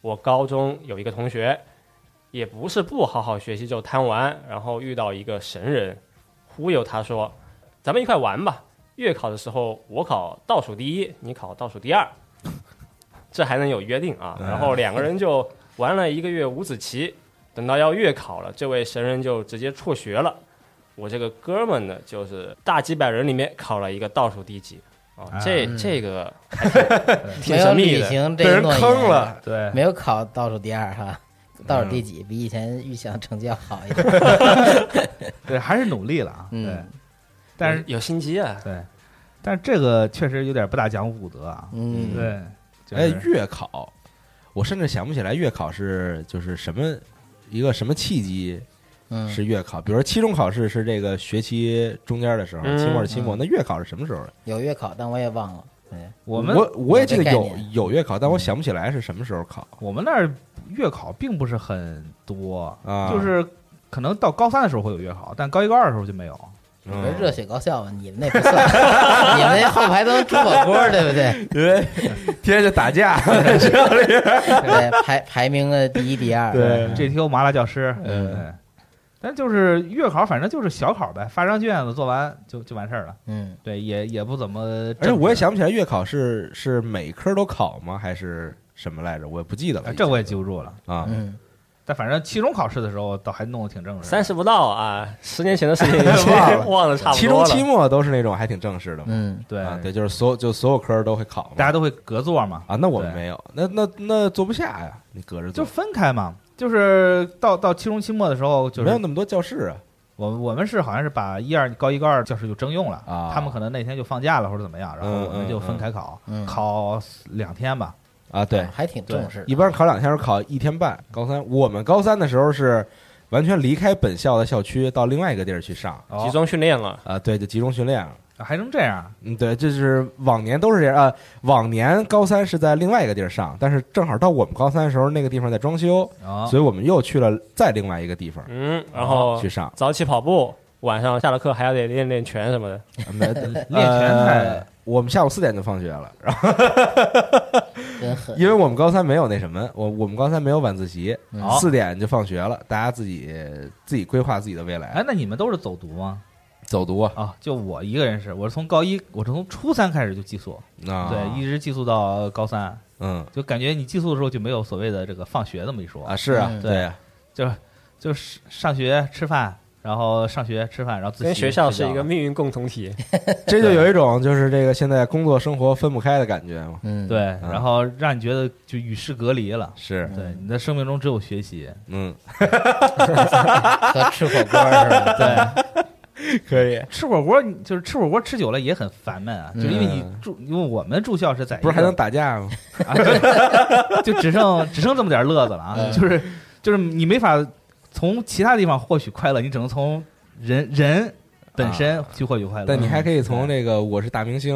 我高中有一个同学，也不是不好好学习就贪玩，然后遇到一个神人，忽悠他说：“咱们一块玩吧。”月考的时候，我考倒数第一，你考倒数第二， 这还能有约定啊？
哎
然后两个人就玩了一个月五子棋，等到要月考了，这位神人就直接辍学了。我这个哥们呢，就是大几百人里面考了一个倒数第几哦，这、
啊
这个挺
没有
神秘
履
的
行这
哎被
个
人
诺言
坑了，
对，
没有考倒数第二哈，倒数第几比以前预想成绩要好一点。
对，还是努力了啊，
嗯
对，但是
有心机啊，
对，但是这个确实有点不大讲武德啊，
嗯，
对，就
哎，
是
月考，我甚至想不起来月考是就是什么一个什么契机
嗯，
是月考，比如说期中考试是这个学期中间的时候，
嗯
期末是期末，那月考是什么时候呀？
有月考，但我也忘了。对，
我们
我我也记
有
得
这
有
概念
有月考，但我想不起来是什么时候考
我们那儿月考并不是很多，
啊，
就是可能到高三的时候会有月考，但高一高二的时候就没有。
嗯
不是热血高校嘛，你们那不算， 你们那后排都能煮火锅，对不对？
因为 天天就打架，
对，排排名的第一、第二。
对，GTO 麻辣教师，嗯，对但就是月考，反正就是小考呗，发张卷子做完就就完事儿了。
嗯，
对，也也不怎么
而
正式。
且我也想不起来月考是是每科都考吗？还是什么来着？我也不记得
啊，
了。
这我也记不住了。
啊，
嗯
但反正期中考试的时候倒还弄得挺正式。
三十不到啊，十年前的事情
忘了
忘了差不
期中
多了。
期末都是那种还挺正式的嘛。
嗯，
对
啊，对，就是所有就所有科都会考嘛。
大家都会隔座嘛，
啊，那我们
对
没有，那那那坐不下呀，你隔着坐
就分开嘛。就是到到期中期末的时候，就
没有
是
那么多教室啊。
我们我们是好像是把一二高一高二教室就征用了，
啊
他们可能那天就放假了或者怎么样，然后我
嗯嗯
们就分开考，
嗯
考两天吧。
啊，对，
还挺重视的。
一般考两天是考一天半。高三我们高三的时候是完全离开本校的校区，到另外一个地儿去上
集中训练了，
啊，对，就集中训练了。
哦还能这样？
嗯，对，这是往年都是这样啊。往年高三是在另外一个地儿上，但是正好到我们高三的时候，那个地方在装修，
啊
所以我们又去了再另外一个地方
嗯，然后
去 上。
早起跑步，晚上下了课还要得练练拳什么的。
练
练拳太
呃我们下午四点就放学了，然后
真狠，
因为我们高三没有那什么，我我们高三没有晚自习，
嗯
哦
四点就放学了，大家自己自己规划自己的未来
哎，，那你们都是走读吗？
走读啊，
啊，就我一个人是，我是从高一，我是从初三开始就寄宿，
啊
对，一直寄宿到高三，
嗯
就感觉你寄宿的时候就没有所谓的这个放学这么一说
啊，是啊，
嗯
对啊，
就是就是上学吃饭，然后上学吃饭，然后自习
跟学校
睡
是
觉
一个命运共同体，
这就有一种就是这个现在工作生活分不开的感觉嘛，
嗯，
对，，然后让你觉得就与世隔离了。
是，
嗯
对，你的生命中只有学习。
嗯，
和吃火锅似的。
对，
嗯
可以，
吃火锅你就是吃火锅吃久了也很烦闷啊，就因为你
嗯
住，因为我们住校是在一
不是还
个
能打架吗？
啊，对就 只剩只剩这么点乐子了啊！
嗯
就是就是你没法从其他地方获取快乐，你只能从人人本身去获取快乐。
啊但你还可以从那个《我是大明 星》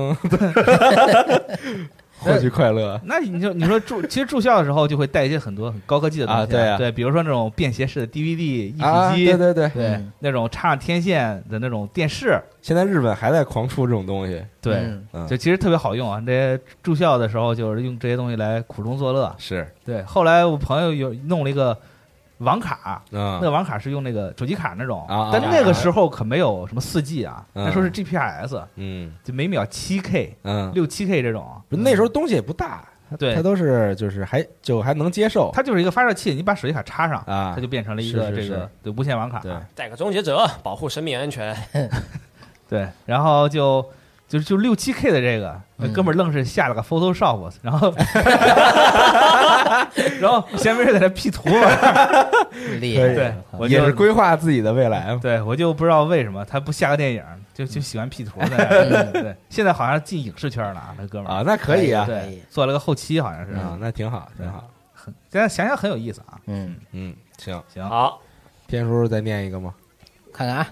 获取快乐
那你就你说住，其实住校的时候就会带一些很多很高科技的东西
啊对啊
对，比如说那种便携式的 DVD 译
啊！
体机，
对对对，
对
嗯
那种插上天线的那种电视，
现在日本还在狂出这种东西，
对，
嗯
嗯
就其实特别好用啊。这些住校的时候就是用这些东西来苦中作乐。啊
是
对，后来我朋友有弄了一个网卡，
啊
那个网卡是用那个手机卡那种，
啊啊
但那个时候可没有什么四 G 啊，
嗯
那时候是 GPS，
嗯
就每秒七 K、
嗯，
六七 K 这种。
不那时候东西也不大，它
对，
都是就是还就还能接受
它就是一个发射器，你把手机卡插上，
啊
它，就变成了一
是
个
是
这
是
个对无线网卡。
对
带个终结者，保护生命安全。
对，然后就。就就六七 K 的这个，那
嗯
哥们儿愣是下了个 Photoshop，然 后， 然后闲没事在那 P 图玩儿，
厉害。
对，我
也
就是
规划自己的未来嘛。
对我就不知道为什么他不下个电影，就就喜欢 P 图在那儿。对，现在好像进影视圈了啊，那哥们儿
啊，那可以啊，
可以
对，做了个后期好像是，
啊，那挺好，挺好。
很现在想想很有意思啊。
嗯，
嗯，行，
行，
好，
天叔再念一个吗？
看看啊，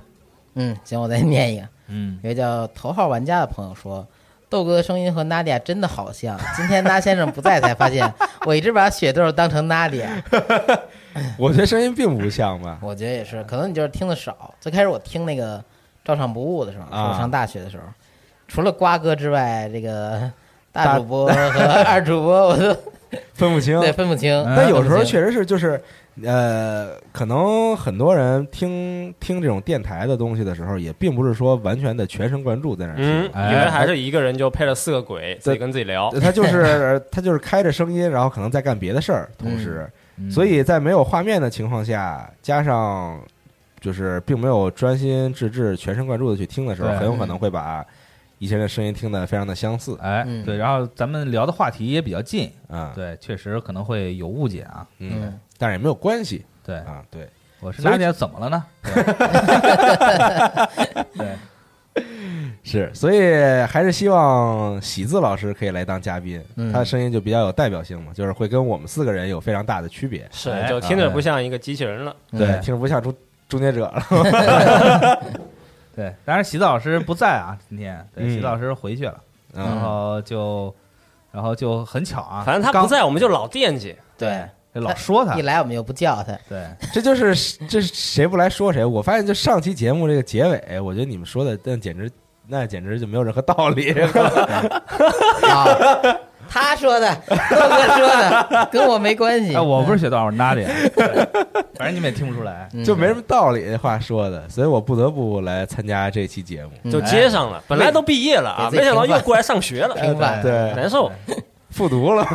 嗯，行，我再念一个。
嗯，
有一个叫头号玩家的朋友说，豆哥的声音和 Nadia 真的好像。今天拉先生不在，才发现我一直把雪豆当成 Nadia，
我觉得声音并不像吧。
我觉得也是，可能你就是听的少。最开始我听那个照唱不误的时候，
啊
是我上大学的时候，除了瓜哥之外，这个大主播和二主播我 都
分不清。
对分不清。
嗯
嗯
但有时候
分不清
确实是就是，呃，可能很多人听听这种电台的东西的时候，也并不是说完全的全神贯注在那儿
嗯，
听。
哎
以为还是一个人就配了四个鬼，自己跟自己聊。
呃他就是他就是开着声音，然后可能在干别的事儿，
嗯
同时，所以在没有画面的情况下，加上就是并没有专心致志、全神贯注的去听的时候，
对
很有可能会把一些人的声音听得非常的相似
哎
嗯，
对，然后咱们聊的话题也比较近，
啊，
对，确实可能会有误解啊。
嗯，但是也没有关系
对，
啊，对。
我是
所以
娜姐怎么了呢？对
是，所以还是希望喜字老师可以来当嘉宾，
嗯
他的声音就比较有代表性嘛，就是会跟我们四个人有非常大的区别。
是
哎，
就听着不像一个机器人了。
嗯
对，听着不像终终结者 了。
对，当然喜子老师不在啊，今天对
嗯
喜子老师回去了，然
嗯，
后就然后就很巧啊，
反正他
刚
不在，我们就老惦记。
对，
就老说他
一，来我们就不叫他，
对，
这就是这谁不来说谁。我发现就上期节目这个结尾，我觉得你们说的那简直那简直就没有任何道 理。
啊，他说的，豆哥说的，跟我没关系
哎，。我不是雪道，我是娜姐，对反正你们也听不出来，
嗯
就没什么道理，这话说的，所以我不得不来参加这期节目。
就接上了，哎本来都毕业了啊，
给自
没
己
想到
平
又
反
过来上 学
哎
了，
平凡，
对，
难受。
复读 了，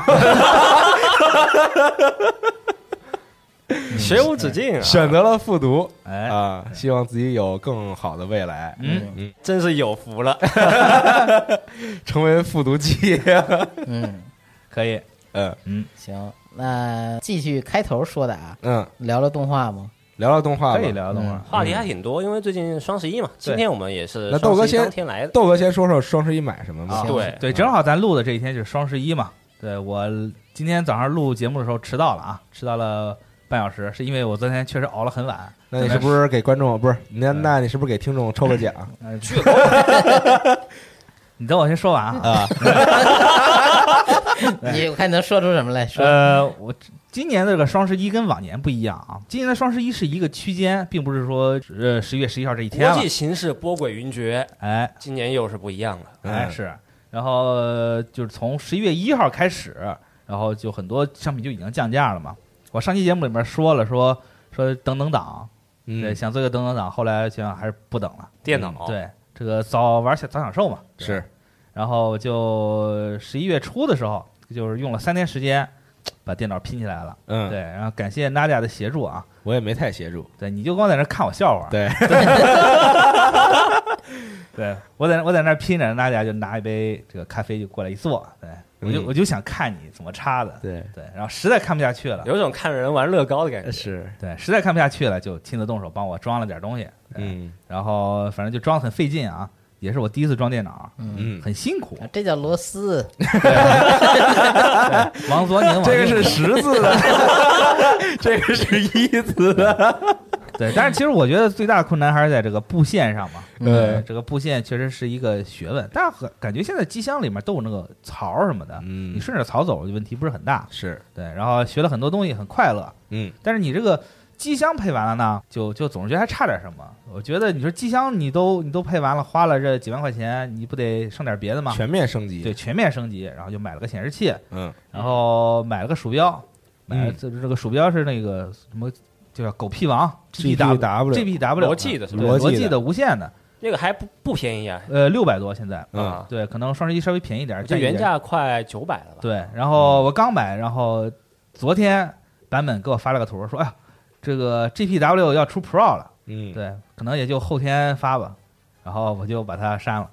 学无止境啊，
选择了复读
哎，
啊，希望自己有更好的未来。
嗯，
真是有福 了。
成为复读机。
嗯，
可以，
嗯
行，那继续开头说的啊，
嗯，
聊聊动画吗？
聊聊动画吧
可以。聊等会儿，
嗯话题还挺多，因为最近双十一嘛，今天我们也是
那
双
豆哥
十一
先
当天来的。
豆哥先说说双十一买什么吧。
啊
对，
对，正好咱录的这一天就是双十一嘛。对我今天早上录节目的时候迟到了啊，迟到了半小时，是因为我昨天确实熬了很晚。
那你是不是给观众不是？那
嗯
那你是不是给听众抽个奖？
呃去你等我先说完啊。
你我看能说出什么来？说，
呃，我今年的这个双十一跟往年不一样啊，今年的双十一是一个区间，并不是说呃十一月十一号这一天
国
了
际。形势波诡云谲，
哎，
今年又是不一样了。
哎
嗯
是，然后呃就是从十一月一号开始，然后就很多商品就已经降价了嘛。我上期节目里面说了说说等等党，对，
嗯，哦
想做一个等等党，后来想想还是不等了。
电脑，
对，这个早玩小早享受嘛。对
是。
然后就十一月初的时候，就是用了三天时间把电脑拼起来了。
嗯，
对，然后感谢 Nadia 的协助啊。
我也没太协助。
对，你就光在那看我笑话。
对，
对我在那我在那儿拼着，大家就拿一杯这个咖啡就过来一坐，对我就、
嗯
我就想看你怎么插的，
对，
对，然后实在看不下去了，
有种看人玩乐高的
呃
感觉。
是，
对，实在看不下去了，就亲自动手帮我装了点东西，对，
嗯
然后反正就装得很费劲啊，也是我第一次装电脑，
嗯，
很辛苦，
啊这叫螺丝，
王 左
这个
宁，王右
是
宁
十字的，这个是一字 的。
对，但是其实我觉得最大的困难还是在这个布线上嘛，
对，
这个布线确实是一个学问，但是很感觉现在机箱里面都有那个槽儿什么的，
嗯
你顺着槽走问题不是很大，
是，
对，然后学了很多东西，很快乐。
嗯，
但是你这个机箱配完了呢，就就总是觉得还差点什么。我觉得你说机箱你都你都配完了，花了这几万块钱，你不得剩点别的吗？
全面升级。
对，，全面升级，然后就买了个显示器，
嗯
然后买了个鼠标，买了
嗯
这这个鼠标是那个什么，就叫狗屁王
G
W
W
G P W
罗技的是吧
对
罗技
罗
的
技的无线的，
那个还不不便宜啊，
呃，六百多现在，
嗯
啊，
对，可能双十一稍微便宜点儿，
就
占一
原
点
价快九百了吧？
对，然后
嗯
我刚买，然后昨天版本给我发了个图，说哎呀，这个 GPW 要出 Pro 了，
嗯，
对，可能也就后天发吧。然后我就把它删 了。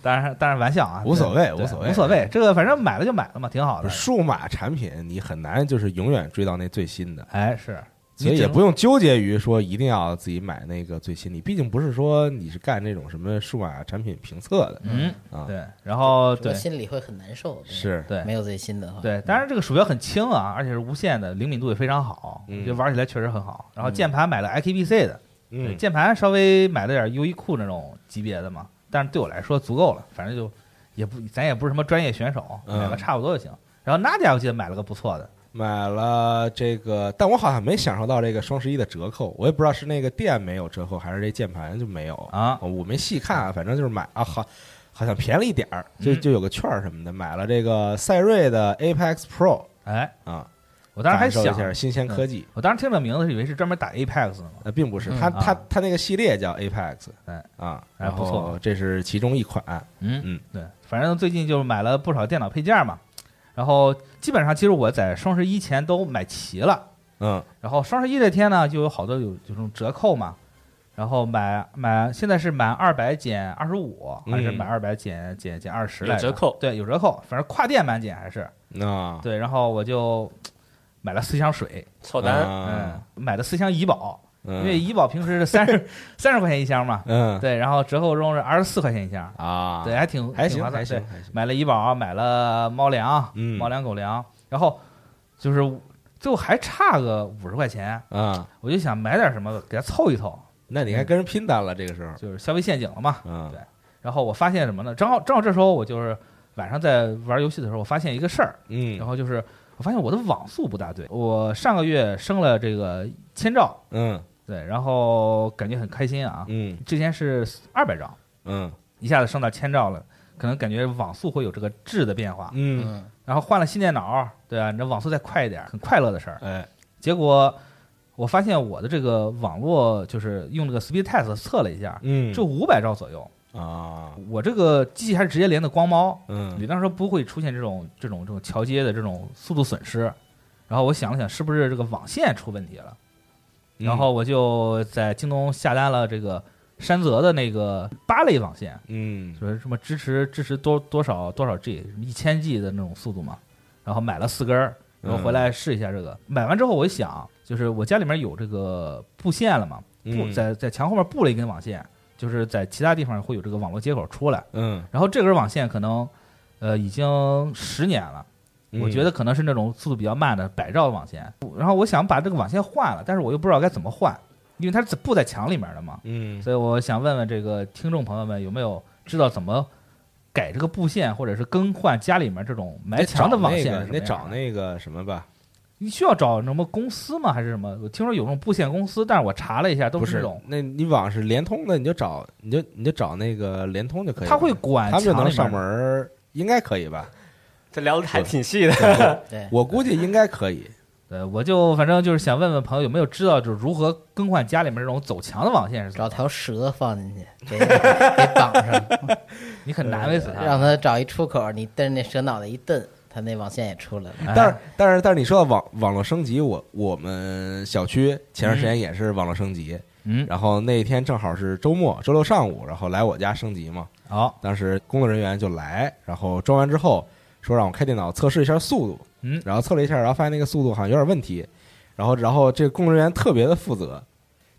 当然，当然玩笑啊，
无所谓
对对
无所谓
无所谓。这个反正买了就买了嘛，挺好
不
的
是。数码产品你很难就是永远追到那最新的。
哎，是，
所以
你
也
只能
不用纠结于说一定要自己买那个最新，你毕竟不是说你是干这种什么数码产品评测的
嗯，
啊。
对。然后
我
对
心里会很难受。对，
是，
对
没有最新的话，
啊
对，当然这个鼠标很轻啊，而且是无线的，灵敏度也非常好，
嗯
就玩起来确实很好。然后
嗯
键盘买了 IKBC 的，对
嗯，
键盘稍微买了点优衣库那种级别的嘛，但是对我来说足够了，反正就也不咱也不是什么专业选手，
嗯
买个差不多就行。然后 Nadia 我记得买了个不错的，
买了这个，但我好像没享受到这个双十一的折扣，我也不知道是那个店没有折扣，还是这键盘就没有
啊
我没细看啊，反正就是买啊，好，好像便宜一点儿，就
嗯
就有个券儿什么的，买了这个赛瑞的 Apex Pro
哎，
啊，
我当时
感
还
受一
想，
下新鲜科技，
我当时听这名字以为是专门打 Apex 的嘛，
呃，并不是，
嗯
它
啊
它它那个系列叫 Apex，
哎
啊，
哎
然
不错
后这是其中一款，
嗯
嗯，
对，反正最近就是买了不少电脑配件嘛，然后基本上其实我在双十一前都买齐了。
嗯
然后双十一这天呢，就有好多有有这种折扣嘛，然后买买现在是满二百减二十五，
嗯
还是满二百减减减二十来着
有折扣
对，有折扣，反正跨店满减还是
啊，
对。然后我就嘖买了四箱水，
凑单，
嗯
啊，，嗯
买了四箱怡宝，因
因
为怡宝平时是 三十三十块钱一箱嘛，
嗯
对，然后折扣中是二十四块钱一箱，
啊，
对，还挺
还
挺
行
划算
还
对
行还行，
买了怡宝，买了猫粮，
嗯
猫粮狗粮，然后就是就还差个五十块钱，
啊，
我就想买点什么给它凑一凑，
那你还跟人拼单了，这个时候，
就是消费陷阱了嘛。
嗯
嗯对然后我发现什么呢？正好正好这时候我就是晚上在玩游戏的时候，我发现一个事儿，然
嗯
后就是我发现我的网速不大对。我上个月升了这个千兆，
嗯
对，然后感觉很开心啊。
嗯
之前是二百兆，
嗯
一下子升到千兆了，可能感觉网速会有这个质的变化。
嗯，
嗯
然后换了新电脑，对啊，你这网速再快一点，很快乐的事儿。
哎，
结果我发现我的这个网络就是用这个 Speed Test 测了一下，
嗯
就五百兆左右。
啊，
我这个机器还是直接连的光猫，理
嗯
论上说不会出现这种这种这种桥接的这种速度损失。然后我想了想，是不是这个网线出问题了？
嗯
然后我就在京东下单了这个山泽的那个八类网线，
嗯
说什么支持支持多多少多少 G，什么一千 G 的那种速度嘛。然后买了四根儿，
嗯
然后回来试一下这个。买完之后，我一想，就是我家里面有这个布线了嘛，布
嗯
在在墙后面布了一根网线，就是在其他地方会有这个网络接口出来。
嗯，
然后这根网线可能，呃，已经十年了，
嗯
我觉得可能是那种速度比较慢的百兆的网线。然后我想把这个网线换了，但是我又不知道该怎么换，因为它是布在墙里面的嘛。
嗯
所以我想问问这个听众朋友们，有没有知道怎么改这个布线，或者是更换家里面这种埋墙的网线是什么样的？
你得找那个什么吧，
你需要找什么公司吗？还是什么？我听说有那种布线公司，但是我查了一下，都
不
那
是
种，
那你网是联通的，你就找你就你就找那个联通就可以了，
他会管
他们就
墙
能
里面
上门，儿，应该可以吧？
这聊的还挺细的。
嗯对，
我估计应该可以，
对，我就反正就是想问问朋友有没有知道，就是如何更换家里面这种走墙的网线是怎
找
么？
条蛇放进去，给给绑上，
你可难为死他
让
了。
它找一出口，你蹬着那蛇脑袋一蹬，它那网线也出来了。
哎
但是但是但是你说到网网络升级，我我们小区前段时间也是网络升级，
嗯，
然后那天正好是周末，周六上午，然后来我家升级嘛，
好，
当时工作人员就来，然后装完之后说让我开电脑测试一下速度，
嗯
然后测了一下，然后发现那个速度好像有点问题，然后然后这个工作人员特别的负责，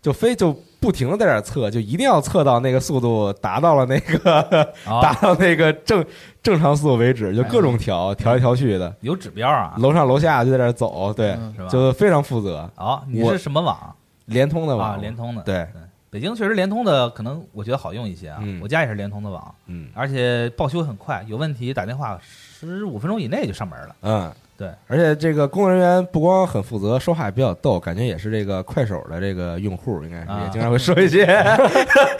就非就不停的在那儿测，就一定要测到那个速度达到了那 个、
好
达到那个正正常速度为止，就各种调、调来调去的，
有指标啊，
楼上楼下就在那儿走，对，
嗯
是吧？
就非常负责，
好，你
我
是什么网
联通的网，
啊？联，通的。
对，
北京确实联通的可能我觉得好用一些啊
嗯，
我家也是联通的网，
嗯
而且报修很快，有问题打电话十五分钟以内就上门了。
嗯。
对，
而且这个工作人员不光很负责，说话也比较逗，感觉也是这个快手的这个用户，应该是
啊
也经常会说一 些，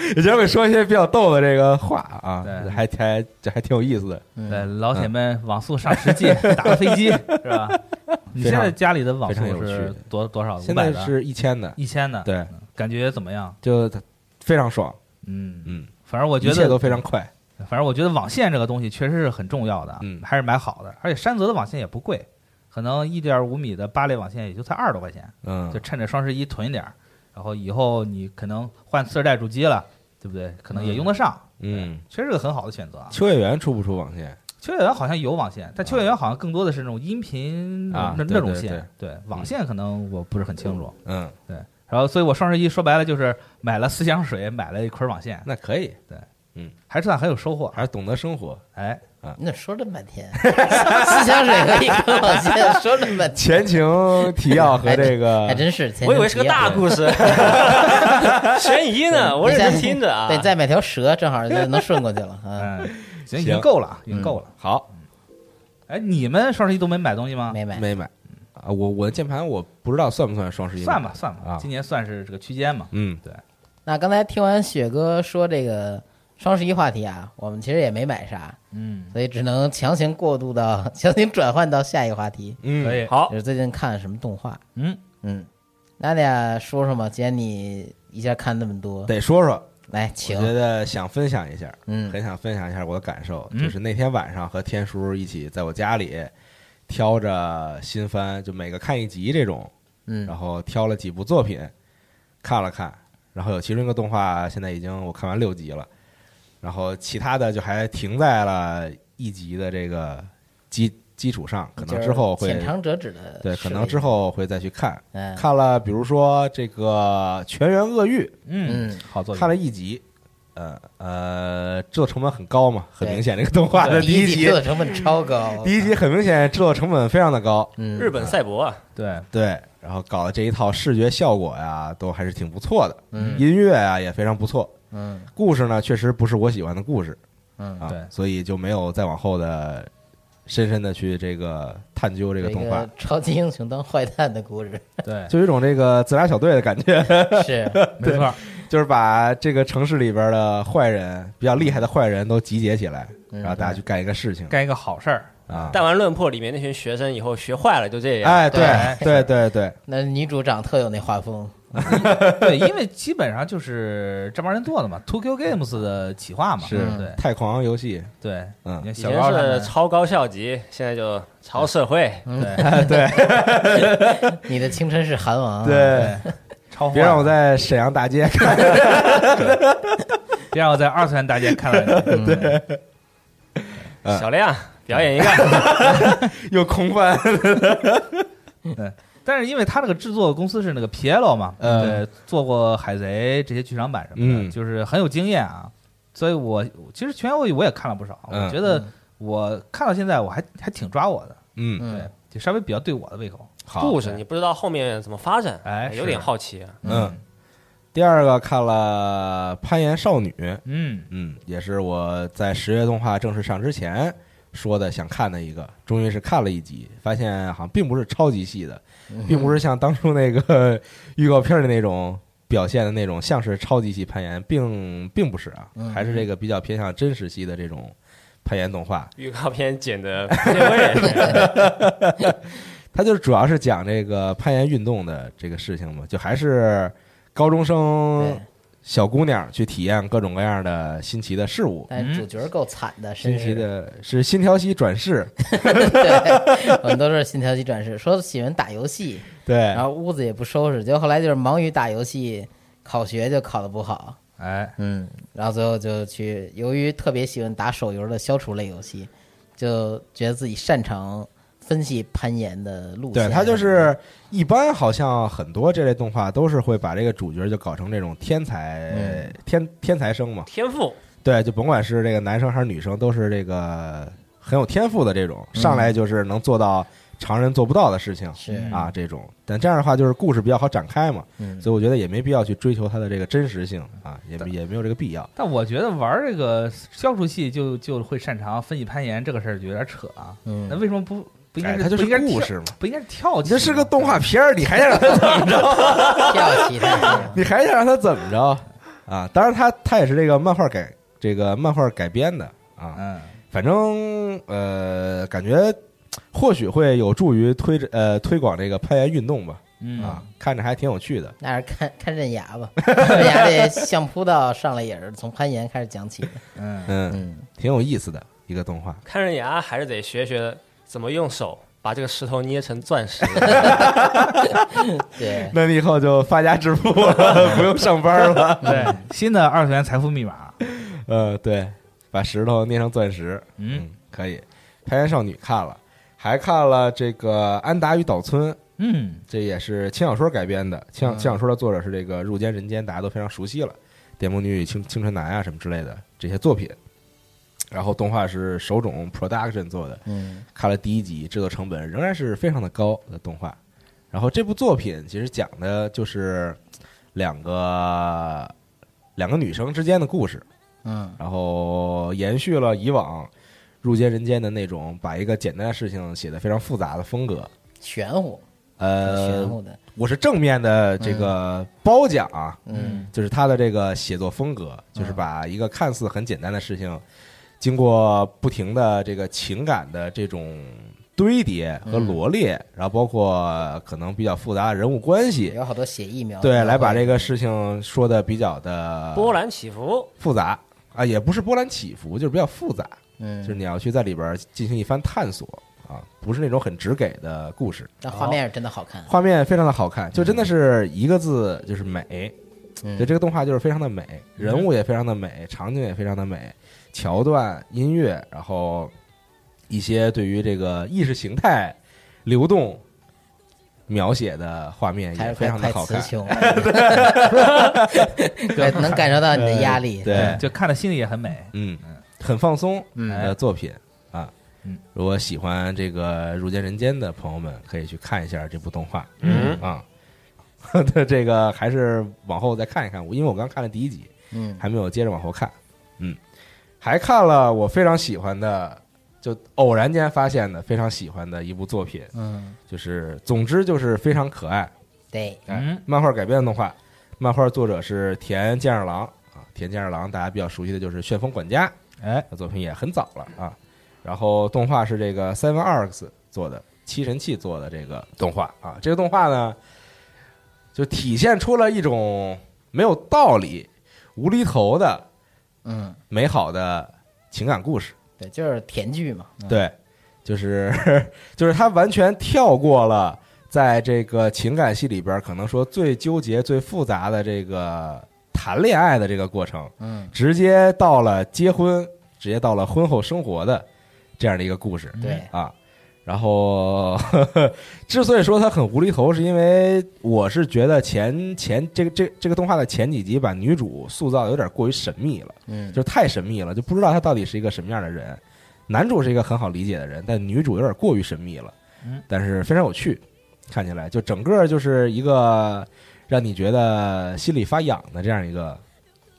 也经常会说一些比较逗的这个话啊
对，
还还这还挺有意思的。
对，
嗯，
老铁们，网速上十 G，打个飞机是吧？你现在家里的网
非常有
速
趣
是多多少？
现
啊五百
在
的、啊嗯
是一千的，
一千的，
对，
感觉怎么样？
就非常爽，
嗯，
嗯，
反正我
一
觉
切都
得，
非常快，
反正我觉得网线这个东西确实是很重要的，啊
嗯
还是买好的。而且山泽的网线也不贵，可能一点五米的八类网线也就才二十多块钱，
嗯
就，趁着双十一囤一点儿，然后以后你可能换次世代主机了，对不对？可能也用得上，
嗯，
确实是个很好的选择啊。
秋叶原出不出网线？
秋叶原好像有网线，但秋叶原好像更多的是那种音频
啊
那
对
那种
对
线，对网线可能我不是很清楚。
嗯，
然后，所以我双十一说白了就是买了四箱水，买了一捆网线，
那可以，
还算很有收获。
还是懂得生活，
哎，
你咋说这么半天？ 思想水和一颗老仙说这么半天，
前情提要和这 个
还真是。
我以为是个大
事。
故事，
啊
悬疑呢，我认真听着啊。
对，再买条蛇，正好就能顺过去 了。嗯，
嗯，行，已
行
经够了，啊，已经
嗯
够了。
好
哎，你们双十一都没买东西吗？
没买，
没买啊，我我的键盘我不知道算不算双十一，
嗯算吧，，算吧
啊，
今年算是这个区间嘛。
嗯，
那刚才听完雪哥说这个双十一话题啊，我们其实也没买啥，
嗯，
所以只能强行过渡到强行转换到下一个话题，
嗯
可以。
好
就，是最近看了什么动画。
嗯
嗯，那你俩说说嘛，既然你一下看那么多，
得说说，
来，
我
请
觉得想分享一下，
嗯
很想分享一下我的感受，
嗯
就是那天晚上和天叔一起在我家里挑着新番，就每个看一集这种，
嗯
然后挑了几部作品看了看，然后有其中一个动画现在已经我看完六集了，然后其他的就还停在了一集的这个基基础上，可能之后
就是
会
浅尝辄止的，
对，可能之，后会再去看。
嗯
看了，比如说这个《全员恶欲
嗯，好作》，品。
看了一集，呃呃，制作成本很高嘛，很
对
明显，这个动画
对
的第一集
做，的成本超高，
第一集很明显制作成本非常的高，
嗯
日本赛博啊，
对，
对，然后搞的这一套视觉效果呀，都还是挺不错的，
嗯
音乐呀也非常不错，
嗯
故事呢确实不是我喜欢的故事
嗯，
啊，
对
所以就没有再往后的深深的去这个探究这
这
个动画，
超级英雄当坏蛋的故事
对，
就有一种这个自杀小队的感 觉，
是，
没错，
就是把这个城市里边的坏人比较厉害的坏人都集结起来，
嗯
然后大家去干一个事情
干一个好事儿。
啊。
弹丸论破里面那群学生以后学坏了就这样。
哎，对对对对，
嗯那女主长特有那画风，
对，因为基本上就是这帮人做的嘛，Two Q Games 的企划嘛。
是
对
太狂游戏，
对，你
嗯，
看
以
小
前
高他
是
们，
超高校级，现在就超社会。
对
你的青春是韩王、啊，，
对，
嗯超
别让我
在
在沈阳大街看，
别让我在二次元大街看到你。对，
嗯
小亮表演一个，
又空翻，
但是因为他那个制作公司是那个 Pielo 嘛，
嗯
对，做过海贼这些剧场版什么的，
嗯
就是很有经验啊。所以我其实全游我也看了不少，
嗯
我觉得我看到现在我还还挺抓我的，
嗯，
嗯
对，就稍微比较对我的胃口。
好
故，事你不知道后面怎么发展，
哎
有点
是
好奇啊。
嗯，第二个看了《攀岩少女》，
嗯
嗯，也是我在十月动画正式上之前说的想看的一个，终于是看了一集，发现好像并不是超级细 的，并不是像当初那个预告片的那种表现的那种像是超级系攀岩，并并不是啊，
嗯
还是这个比较偏向真实系的这种攀岩动画。
预告片剪的不对位，
它就是主要是讲这个攀岩运动的这个事情嘛，就还是高中生
对，
小姑娘去体验各种各样的新奇的事物。
但是主角够惨的，
嗯新
真
奇
是，
的是新条西转 世，
对， 我们都是信条级转世，说喜欢打游戏，
对
然，后屋子也不收拾，结果后来就是忙于打游戏，考学就考得不好，
哎，
嗯，然后最后就去，由于特别喜欢打手游的消除类游戏，就觉得自己擅长分析攀岩的路线，
对，它就是一般好像很多这类动画都是会把这个主角就搞成这种天才、
嗯
天天才生嘛，
天赋
对，就甭管是这个男生还是女生，都是这个很有天赋的这种，上来就是能做到常人做不到的事情，
嗯是
啊这种。但这样的话，就是故事比较好展开嘛，
嗯
所以我觉得也没必要去追求它的这个真实性啊，也也没有这个必要。
但我觉得玩这个消除系就就会擅长分析攀岩这个事儿，就有点扯啊。
嗯
那为什么不不应该
哎，
是
它就
不
是
应该
故
跳
事嘛。
不应该是跳
你
起？
这是个动画片儿，你还想让 它怎么 着？
跳起来，
你还想让它怎么着？啊，当然它它也是这个漫画改这个漫画改编的啊，
嗯，
反正呃，感觉或许会有助于推着呃推广这个攀岩运动吧。
嗯
啊，看着还挺有趣的。
那是看看刃牙 吧，刃牙这相扑道上来也是从攀岩开始讲起的，
嗯，
嗯，
嗯，
挺有意思的一个动画。
看刃牙还是得学学怎么用手把这个石头捏成钻石。
对，
那你以后就发家致富 了，不用上班了。
对，新的二次元财富密码，
呃，对，把石头捏成钻石，
嗯，
可以。《攀岩少女》看了，还看了这个《安达与岛村》，
嗯，
这也是轻小说改编的。轻小轻小说的作者是这个入间人间，大家都非常熟悉了，《电梦女与青青春男》啊什么之类的这些作品。然后动画是手冢 Production 做的，
嗯
看了第一集，制作成本仍然是非常的高的动画。然后这部作品其实讲的就是两个两个女生之间的故事，
嗯
然后延续了以往入间人间的那种把一个简单的事情写得非常复杂的风格。
玄乎，
呃
玄，乎的，
我是正面的这个褒奖啊，
嗯
就是他的这个写作风格，就
嗯
是把一个看似很简单的事情，经过不停的这个情感的这种堆叠和
嗯
罗列，然后包括可能比较复杂的人物关系，
有好多写意描，
对，来把这个事情说的比较的
嗯波澜起伏，
复杂啊，也不是波澜起伏，就是比较复杂，
嗯，
就是你要去在里边进行一番探索啊，不是那种很直给的故事，
但画面是真的好看，
嗯画面非常的好看，就真的是一个字就是美。
嗯
对，这个动画就是非常的美，人物也非常的美，场景也非常的美，桥段、音乐，然后一些对于这个意识形态流动描写的画面
还是
也非
快
常的
快
好
词
看。
穷，对，能感受到你的压力，
对，
就看的心里也很美。
嗯，很放松
嗯
的作品啊
嗯。
如果喜欢这个《如见人间》的朋友们，可以去看一下这部动画
嗯，
啊。 对，这个还是往后再看一看，因为我刚看了第一集。
嗯
还没有接着往后看。嗯，还看了我非常喜欢的，就偶然间发现的非常喜欢的一部作品，
嗯，
就是总之就是非常可爱。
对，
哎
嗯，
漫画改编的动画，漫画作者是田健二郎啊，田健二郎大家比较熟悉的就是《旋风管家》
哎，
的作品也很早了啊。然后动画是这个 Seven Arcs 做的，七神器做的这个动画啊，这个动画呢，就体现出了一种没有道理、无厘头的
嗯，
美好的情感故事。
对，就是甜剧嘛，嗯
对，就是 就是他完全跳过了在这个情感戏里边儿可能说最纠结、最复杂的这个谈恋爱的这个过程，
嗯，
直接到了结婚，直接到了婚后生活的这样的一个故事
嗯对，
啊。然后， 呵呵之所以说它很无厘头，是因为我是觉得前前这个这这个动画的前几集把女主塑造的有点过于神秘了。
嗯，
就是太神秘了，就不知道他到底是一个什么样的人。男主是一个很好理解的人，但女主有点过于神秘了
嗯，
但是非常有趣，看起来就整个就是一个让你觉得心里发痒的这样一个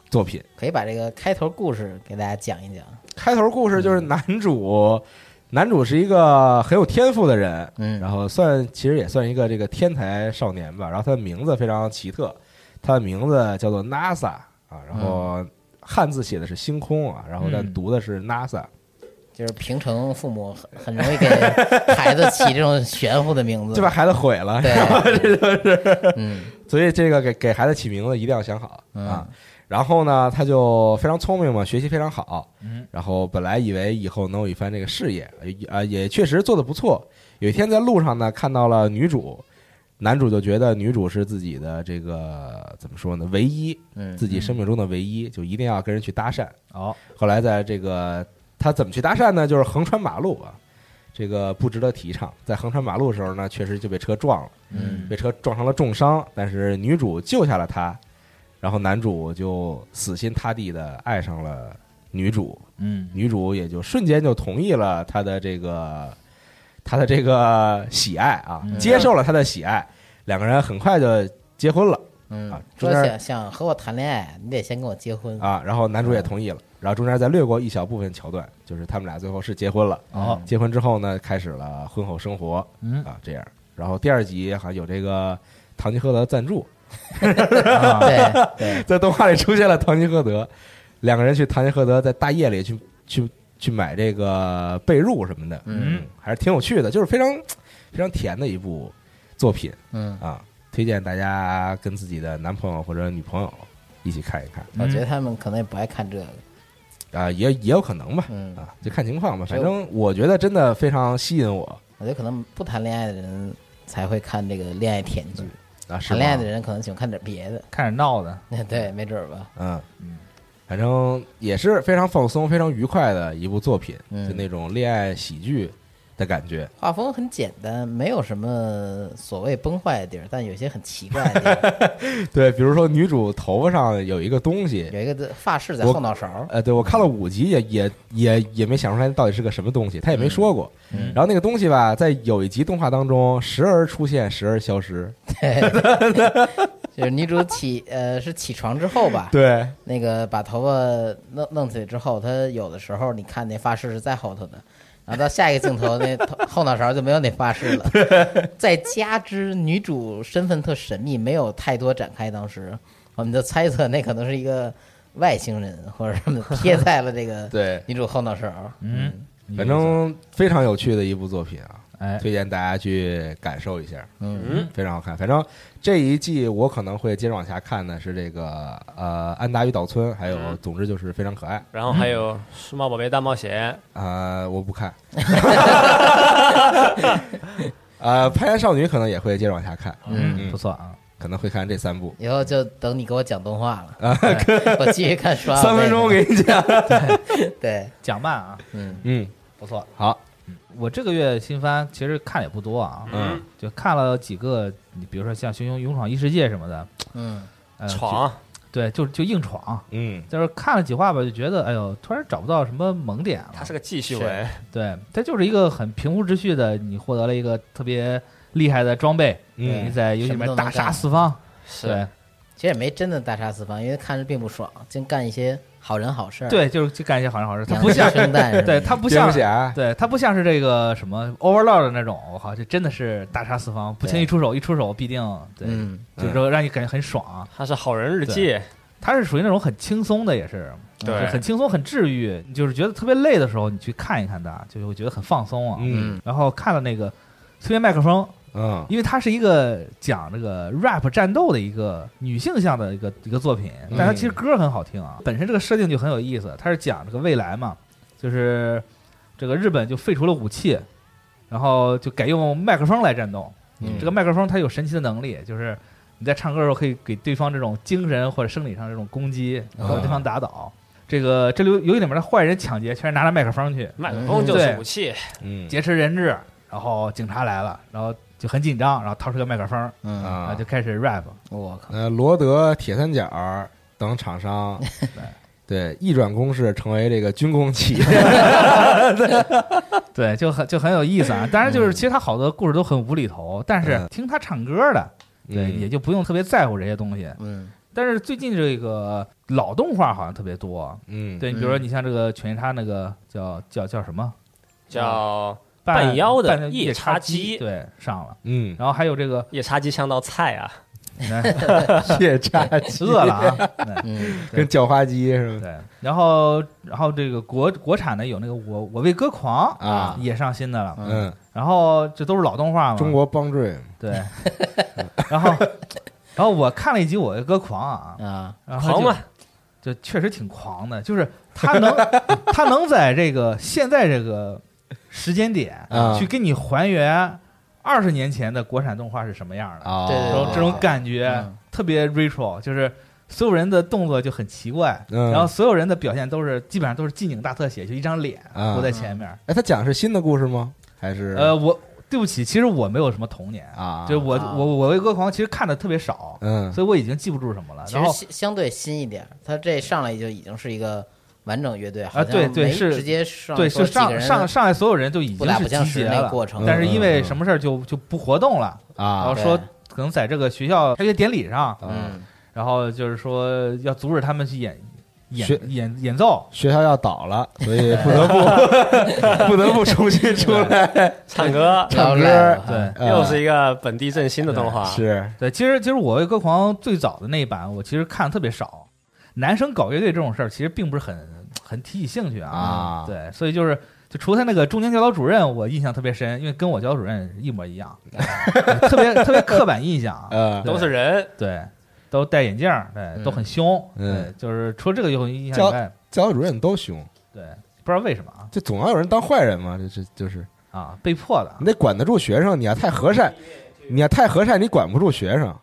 作品。
可以把这个开头故事给大家讲一讲，
开头故事就是
嗯
男主，男主是一个很有天赋的人，
嗯，
然后算其实也算一个这个天才少年吧。然后他的名字非常奇特，他的名字叫做 NASA 啊，然后汉字写的是星空啊，然后但
嗯
读的是 NASA。
就是平成父母很很容易给孩子起这种玄乎的名 字，
就把？孩子毁了。
对，这就是，嗯
所以这个给给孩子起名字一定要想好啊
嗯。
然后呢，他就非常聪明嘛，学习非常好。
嗯，
然后本来以为以后能有一番这个事业，啊，也确实做的不错。有一天在路上呢，看到了女主，男主就觉得女主是自己的这个怎么说呢，唯一，
嗯，
自己生命中的唯一，就一定要跟人去搭讪。
哦，
后来在这个他怎么去搭讪呢？就是横穿马路啊，这个不值得提倡。在横穿马路的时候呢，确实就被车撞了。
嗯
被车撞成了重伤，但是女主救下了他，然后男主就死心塌地的爱上了女主，
嗯
女主也就瞬间就同意了他的这个他的这个喜爱啊，
嗯
接受了他的喜爱，两个人很快就结婚了啊
嗯，说
中间
想想和我谈恋爱，你得先跟我结婚，
啊，然后男主也同意了，然后中间再略过一小部分桥段，就是他们俩最后是结婚了，
哦，
结婚之后呢，开始了婚后生活
嗯
啊，这样，然后第二集好像有这个唐吉诃德赞助。
啊
对 对，
在动画里出现了唐吉诃德，两个人去唐吉诃德在大夜里去去去买这个被褥什么的，
嗯，
还是挺有趣的，就是非常非常甜的一部作品
嗯，
啊，推荐大家跟自己的男朋友或者女朋友一起看一看
我觉得他们可能也不爱看这个，
啊，也也有可能吧，
嗯，
啊，就看情况吧，
就
反正我觉得真的非常吸引我
我觉得可能不谈恋爱的人才会看这个恋爱甜剧，
啊，是
谈恋爱
吗
的人可能喜欢看点别的，
看着闹的，
对，没准儿吧，
嗯。反正也是非常放松、非常愉快的一部作品，
嗯
就那种恋爱喜剧，的感觉。
画风很简单，没有什么所谓崩坏的地儿，但有些很奇怪的地儿，
对，比如说女主头发上有一个东西，
有一个发饰在
我
后脑勺，
呃，对我看了五集也也也也没想出来到底是个什么东西，她也没说过。
嗯
然后那个东西吧，在有一集动画当中时而出现，时而消失。
就是女主 起呃是起床之后吧，
对，
那个把头发弄弄起来之后，她有的时候你看那发饰是在后头的，然后到下一个镜头 那头后脑勺就没有那发饰了。再加之女主身份特神秘，没有太多展开，当时我们就猜测那可能是一个外星人或者什么的贴在了这个
对，
女主后脑勺。
嗯，
反正非常有趣的一部作品啊，
哎，
推荐大家去感受一下，
嗯
嗯，
非常好看。反正这一季我可能会接着往下看的是这个呃安达与岛村，还有
嗯
总之就是非常可爱。
然后还有《数码宝贝大冒险
啊，我不 看。呃，《攀岩少女》可能也会接着往下看，
嗯，
不错啊，
可能会看这三部。
以后就等你给我讲动画了，对我继续看 刷
啊三分钟给你讲。
对，
讲慢啊，
嗯
嗯，
不错。
好，
我这个月新番其实看的也不多啊，
嗯，
就看了几个，你比如说像《熊熊勇闯异世界》什么的，
嗯
呃、》
闯，
就对，就就硬闯。
嗯，
就是看了几话吧，就觉得哎呦，突然找不到什么萌点了。
它是个记叙文，
对，它就是一个很平铺直叙的，你获得了一个特别厉害的装备，
嗯
你在游戏里
什么
面
都能
大杀
干
四方，
是
对
其实也没真的大杀四方，因为看着并不爽，净干一些好人好事儿。，
对，就是去干一些好人好事。它
养
不像，
生蛋什么的，
对它不
蝙
像
蝠，侠，
对它不像是这个什么 Overlord 的那种，我靠，这真的是大杀四方，不轻
对
易出手，一出手必定对，
嗯，
就是说让你感觉很爽。啊
它是好人日记，
它是属于那种很轻松的，也是就
对，
很轻松、很治愈。你就是觉得特别累的时候，你去看一看它，就会觉得很放松啊。
嗯
然后看了那个《催眠麦克风》，
嗯
因为它是一个讲这个 rap 战斗的一个女性向的一个一个作品，但它其实歌很好听啊。本身这个设定就很有意思，它是讲这个未来嘛，就是这个日本就废除了武器，然后就改用麦克风来战斗。
嗯
这个麦克风它有神奇的能力，就是你在唱歌的时候可以给对方这种精神或者生理上这种攻击，然后对方打倒。这个这里游戏里面的坏人抢劫全是拿着麦克风去
麦克风就是武器，
嗯
劫持人质，然后警察来了，然后就很紧张，然后掏出个麦克风，
嗯，
然
啊
后就，开始 rap。
我靠，
呃，罗德、铁三角等厂商， 对，一转攻势成为这个军工企业。
对，就很就很有意思啊。当然，就是其实他好多故事都很无厘头，但是
嗯
听他唱歌的，对，
嗯
也就不用特别在乎这些东西。
嗯
但是最近这个老动画好像特别多，
嗯，
对你比如说你像这个犬夜叉那个叫叫叫什么
叫
半
半妖的
半
夜
夜
叉
姬，
姬
对，上了。
嗯，
然后还有 这个，
夜叉姬像道菜啊，
你看
夜叉鸡
饿了啊，对
嗯
跟叫花鸡是吧？
对。然后然后这个国国产的有那个我我为歌狂
啊
也上新的了，
嗯，
然后这都是老动画嘛，
中国帮 dream，
对， 然后然后我看了一集《我的歌狂》啊，
啊，
然后
狂
就
嘛，
就确实挺狂的，就是他能他能在这个现在这个时间点
啊
去给你还原二十年前的国产动画是什么样的，
啊
对
这
对
种
对
这种感觉
嗯
特别 retro，就是。所有人的动作就很奇怪，
嗯
然后所有人的表现都是基本上都是近景大特写，就一张脸
啊
浮在前面。
哎，他讲的是新的故事吗？还是
呃，我对不起，其实我没有什么童年，
啊？
就我
啊
我我为歌狂其实看的特别少，
嗯
所以我已经记不住什么了。
其
然
实
后
相相对新一点儿，他这上来就已经是一个完整乐队，好像
对对
没
是
直接上
对，
说
就
几个
上
人
上上来所有人就已
不
经
打
是
不相
集
识
结
那
了，
过程，
但是因
嗯
为
嗯
什么事儿就就不活动了，然后
啊，
说
对
可能在这个学校开学典礼上，
嗯
然后就是说要阻止他们去演
学
演演演奏，
学校要倒了，所以不得不不得不重新 出来。
唱歌
唱
歌
歌
对。
呃
又是一个本地振兴的动画，
嗯是，
对，其实其实我为歌狂最早的那一版，我其实看的特别少。男生搞乐队这种事儿，其实并不是很很提起兴趣啊。
啊
对，所以就是就除他那个中间教导主任，我印象特别深，因为跟我教导主任一模一 样，特别特别刻板印象啊。
呃，
都是人，
对，都戴眼镜儿，对，都很凶。
嗯
对，就是除了这个有印象
教
以外，
教导主任都凶，
对，不知道为什么啊
就总要有人当坏人嘛，这这就是
啊，被迫的啊
你，得管得住学生，你要太和善，你要太和善，你管不住学生，
啊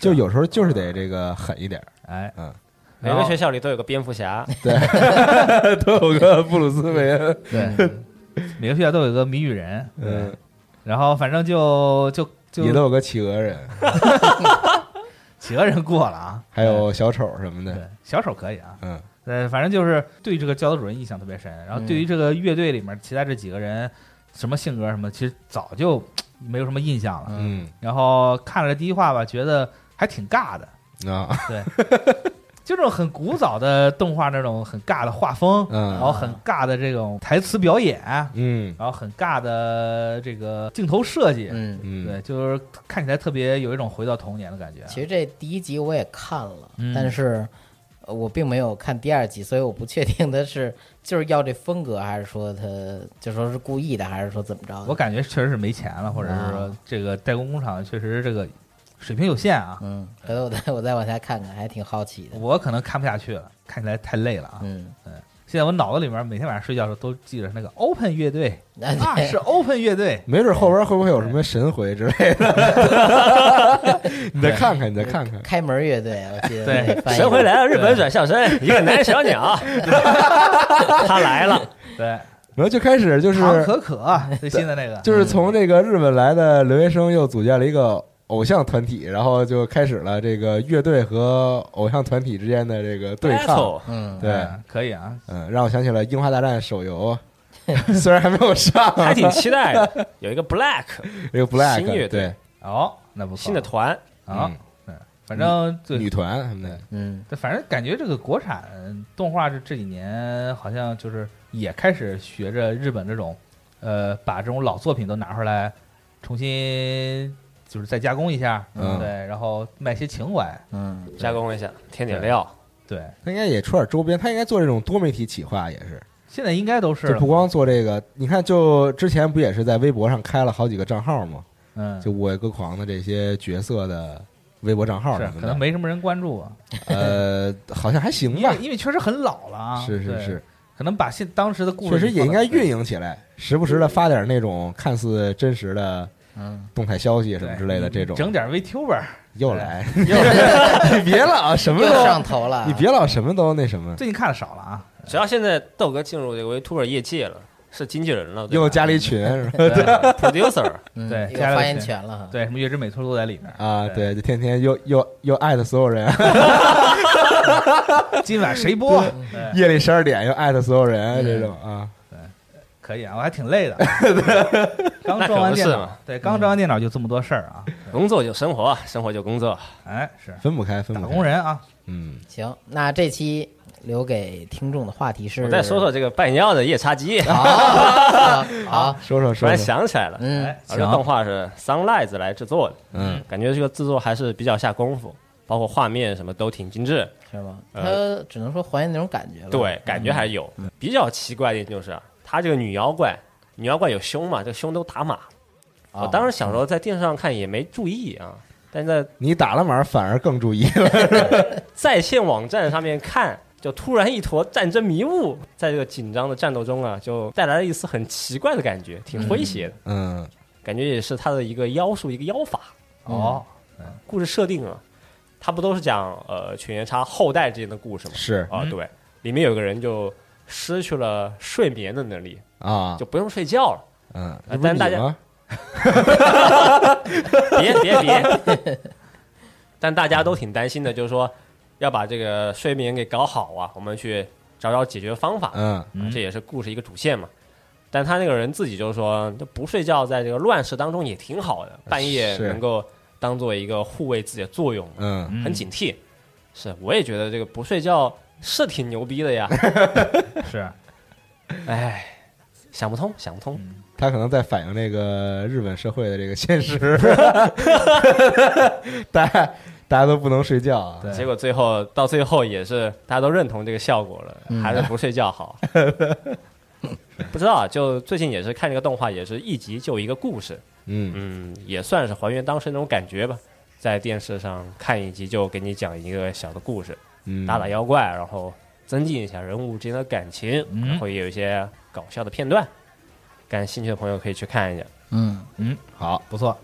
就有时候就是得这个狠一点儿，
哎，
嗯，
每个学校里都有个蝙蝠侠，
对，都有个布鲁斯韦恩，
对，每个学校都有一个谜语人，
嗯，
然后反正就就就
也都有个企鹅人，
企鹅人过了啊，
还有小丑什么
对
的，
小丑可以啊，
嗯
呃，反正就是对这个教导主任印象特别深，然后对于这个乐队里面其他这几个人什么性格什么，其实早就没有什么印象了。
嗯
然后看了第一话吧，觉得还挺尬的，
啊
就这种很古早的动画那种很尬的画风，
嗯
然后很尬的这种台词表演，
嗯
然后很尬的这个镜头设计，
嗯，
嗯，
对，就是看起来特别有一种回到童年的感觉。
其实这第一集我也看了，
嗯
但是呃我并没有看第二集，所以我不确定他是就是要这风格，还是说他就说是故意的，还是说怎么着的？
我感觉确实是没钱了，或者是说这个代工工厂确实这个水平有限啊。
嗯，回头我再我再往下看看，还挺好奇的。
我可能看不下去了，看起来太累了啊！
嗯，
现在我脑子里面每天晚上睡觉的时候都记着那个 Open 乐队
那
啊，是 Open 乐 队，
没准后
哎
边会不会有什么神回之类的？ 你再看看，你再看看。
开门乐队，我记得
对
那翻译
神回来了，日本转向身，一个男小鸟，他来了，
对，
然后最开始就是
唐可可最新的那个，
就是从这个日本来的留学生又组建了一个偶像团体，然后就开始了这个乐队和偶像团体之间的这个对抗。
Battle
嗯，
对，
嗯可以啊，
嗯，让我想起了《樱花大战》手游， 虽然还没有上，
还挺期待的。有一个 Black
这个 Black
新
对
乐队
哦，那不错
新的团，
啊，
嗯
反正对
女，团什么的，
嗯，
对反正感觉这个国产动画这这几年好像就是也开始学着日本这种，呃，把这种老作品都拿出来重新就是再加工一下，
嗯
对，然后卖些情怀，
嗯，
加工一下，添点料。
对，
他应该也出点周边，他应该做这种多媒体企划也是，
现在应该都是
就
了
不光做这个，你看，就之前不也是在微博上开了好几个账号吗？
嗯，
就我有个狂的这些角色的微博账号
是
什么
可能
的，
没什么人关注啊，
呃，好像还行
因
吧
为，因为确实很老了啊，
是是
对
是，，
可能把现当时的故
确
事
实也应该运
营
营起来，时不时的发点那种看似真实的
嗯
动态消息什么之类的这种，
整点 VTuber，
又来， 你别老什么
又上
都，
头了，
你别老什么都那什么，
最近看的少了啊，
只要现在豆哥进入这个 VTuber 业界了，是经纪人了，对吧
又加了一 群是吧
producer，
嗯
对
有
加了
发
个
言
群
权了哈。
对，什么月之美兔都在里面
啊，对，就天天又又又艾特所有人，
对，今晚 谁播？对
夜里十二点又艾特所有人这种啊，
可以啊，我还挺 累的，刚
那可
装完
不是
电脑
嘛，
对，刚装完电脑就这么多事儿啊，
工作就生活，生活就工作。
哎，是
分不开，分
打
不
工
开，
人啊，
嗯，
行，那这期留给听众的话题是，
我再说说这个半妖的夜叉姬，
好，好，好，
说说
突
说说，
然想起来了，
嗯
哎，
啊这动画是 Sunrise 来制作的，
嗯，
感觉这个制作还是比较下功夫，包括画面什么都挺精致。
是吗？
呃
他只能说还原那种感觉了。
嗯
对，感觉还有。比较奇怪的一点就是，啊她这个女妖怪，女妖怪有胸嘛，这胸都打码。
哦，
啊
我当时
嗯
小时候在电视上看也没注意啊，但在
你打了码反而更注意了，
在线网站上面看，就突然一坨战争迷雾，在这个紧张的战斗中啊，就带来了一丝很奇怪的感觉，挺诙谐的，
嗯
感觉也是他的一个妖术，一个妖法。
哦，
故事设定啊，他不都是讲呃犬夜叉后代之间的故事吗？
是
嗯
啊、对，里面有个人就失去了睡眠的能力，
啊
就，不用睡觉了。
嗯，
呃
这不是
但大
你
家
吗？
别别别！ 但大家都挺担心的，就是说要把这个睡眠给搞好啊，我们去找找解决方法。
嗯
嗯
这也是故事一个主线嘛。但他那个人自己就说，就不睡觉，在这个乱世当中也挺好的，半夜
是
能够当做一个护卫自己的作用，
嗯，
嗯
很警惕。是，我也觉得这个不睡觉是挺牛逼 的呀。
是，
哎，想不通，想不通。
嗯
他可能在反映这个日本社会的这个现实， 大家大家都不能睡觉啊，
对
结果最后到最后也是大家都认同这个效果了，还是不睡觉 好。不知道啊，就最近也是看这个动画，也是一集就一个故事，
嗯
嗯，也算是还原当时那种感觉吧。在电视上看一集，就给你讲一个小的故事，
嗯，
打打妖怪，然后增进一下人物之间的感情，
嗯
然后也有一些搞笑的片段。感兴趣的朋友可以去看一下。
嗯，
好，不错，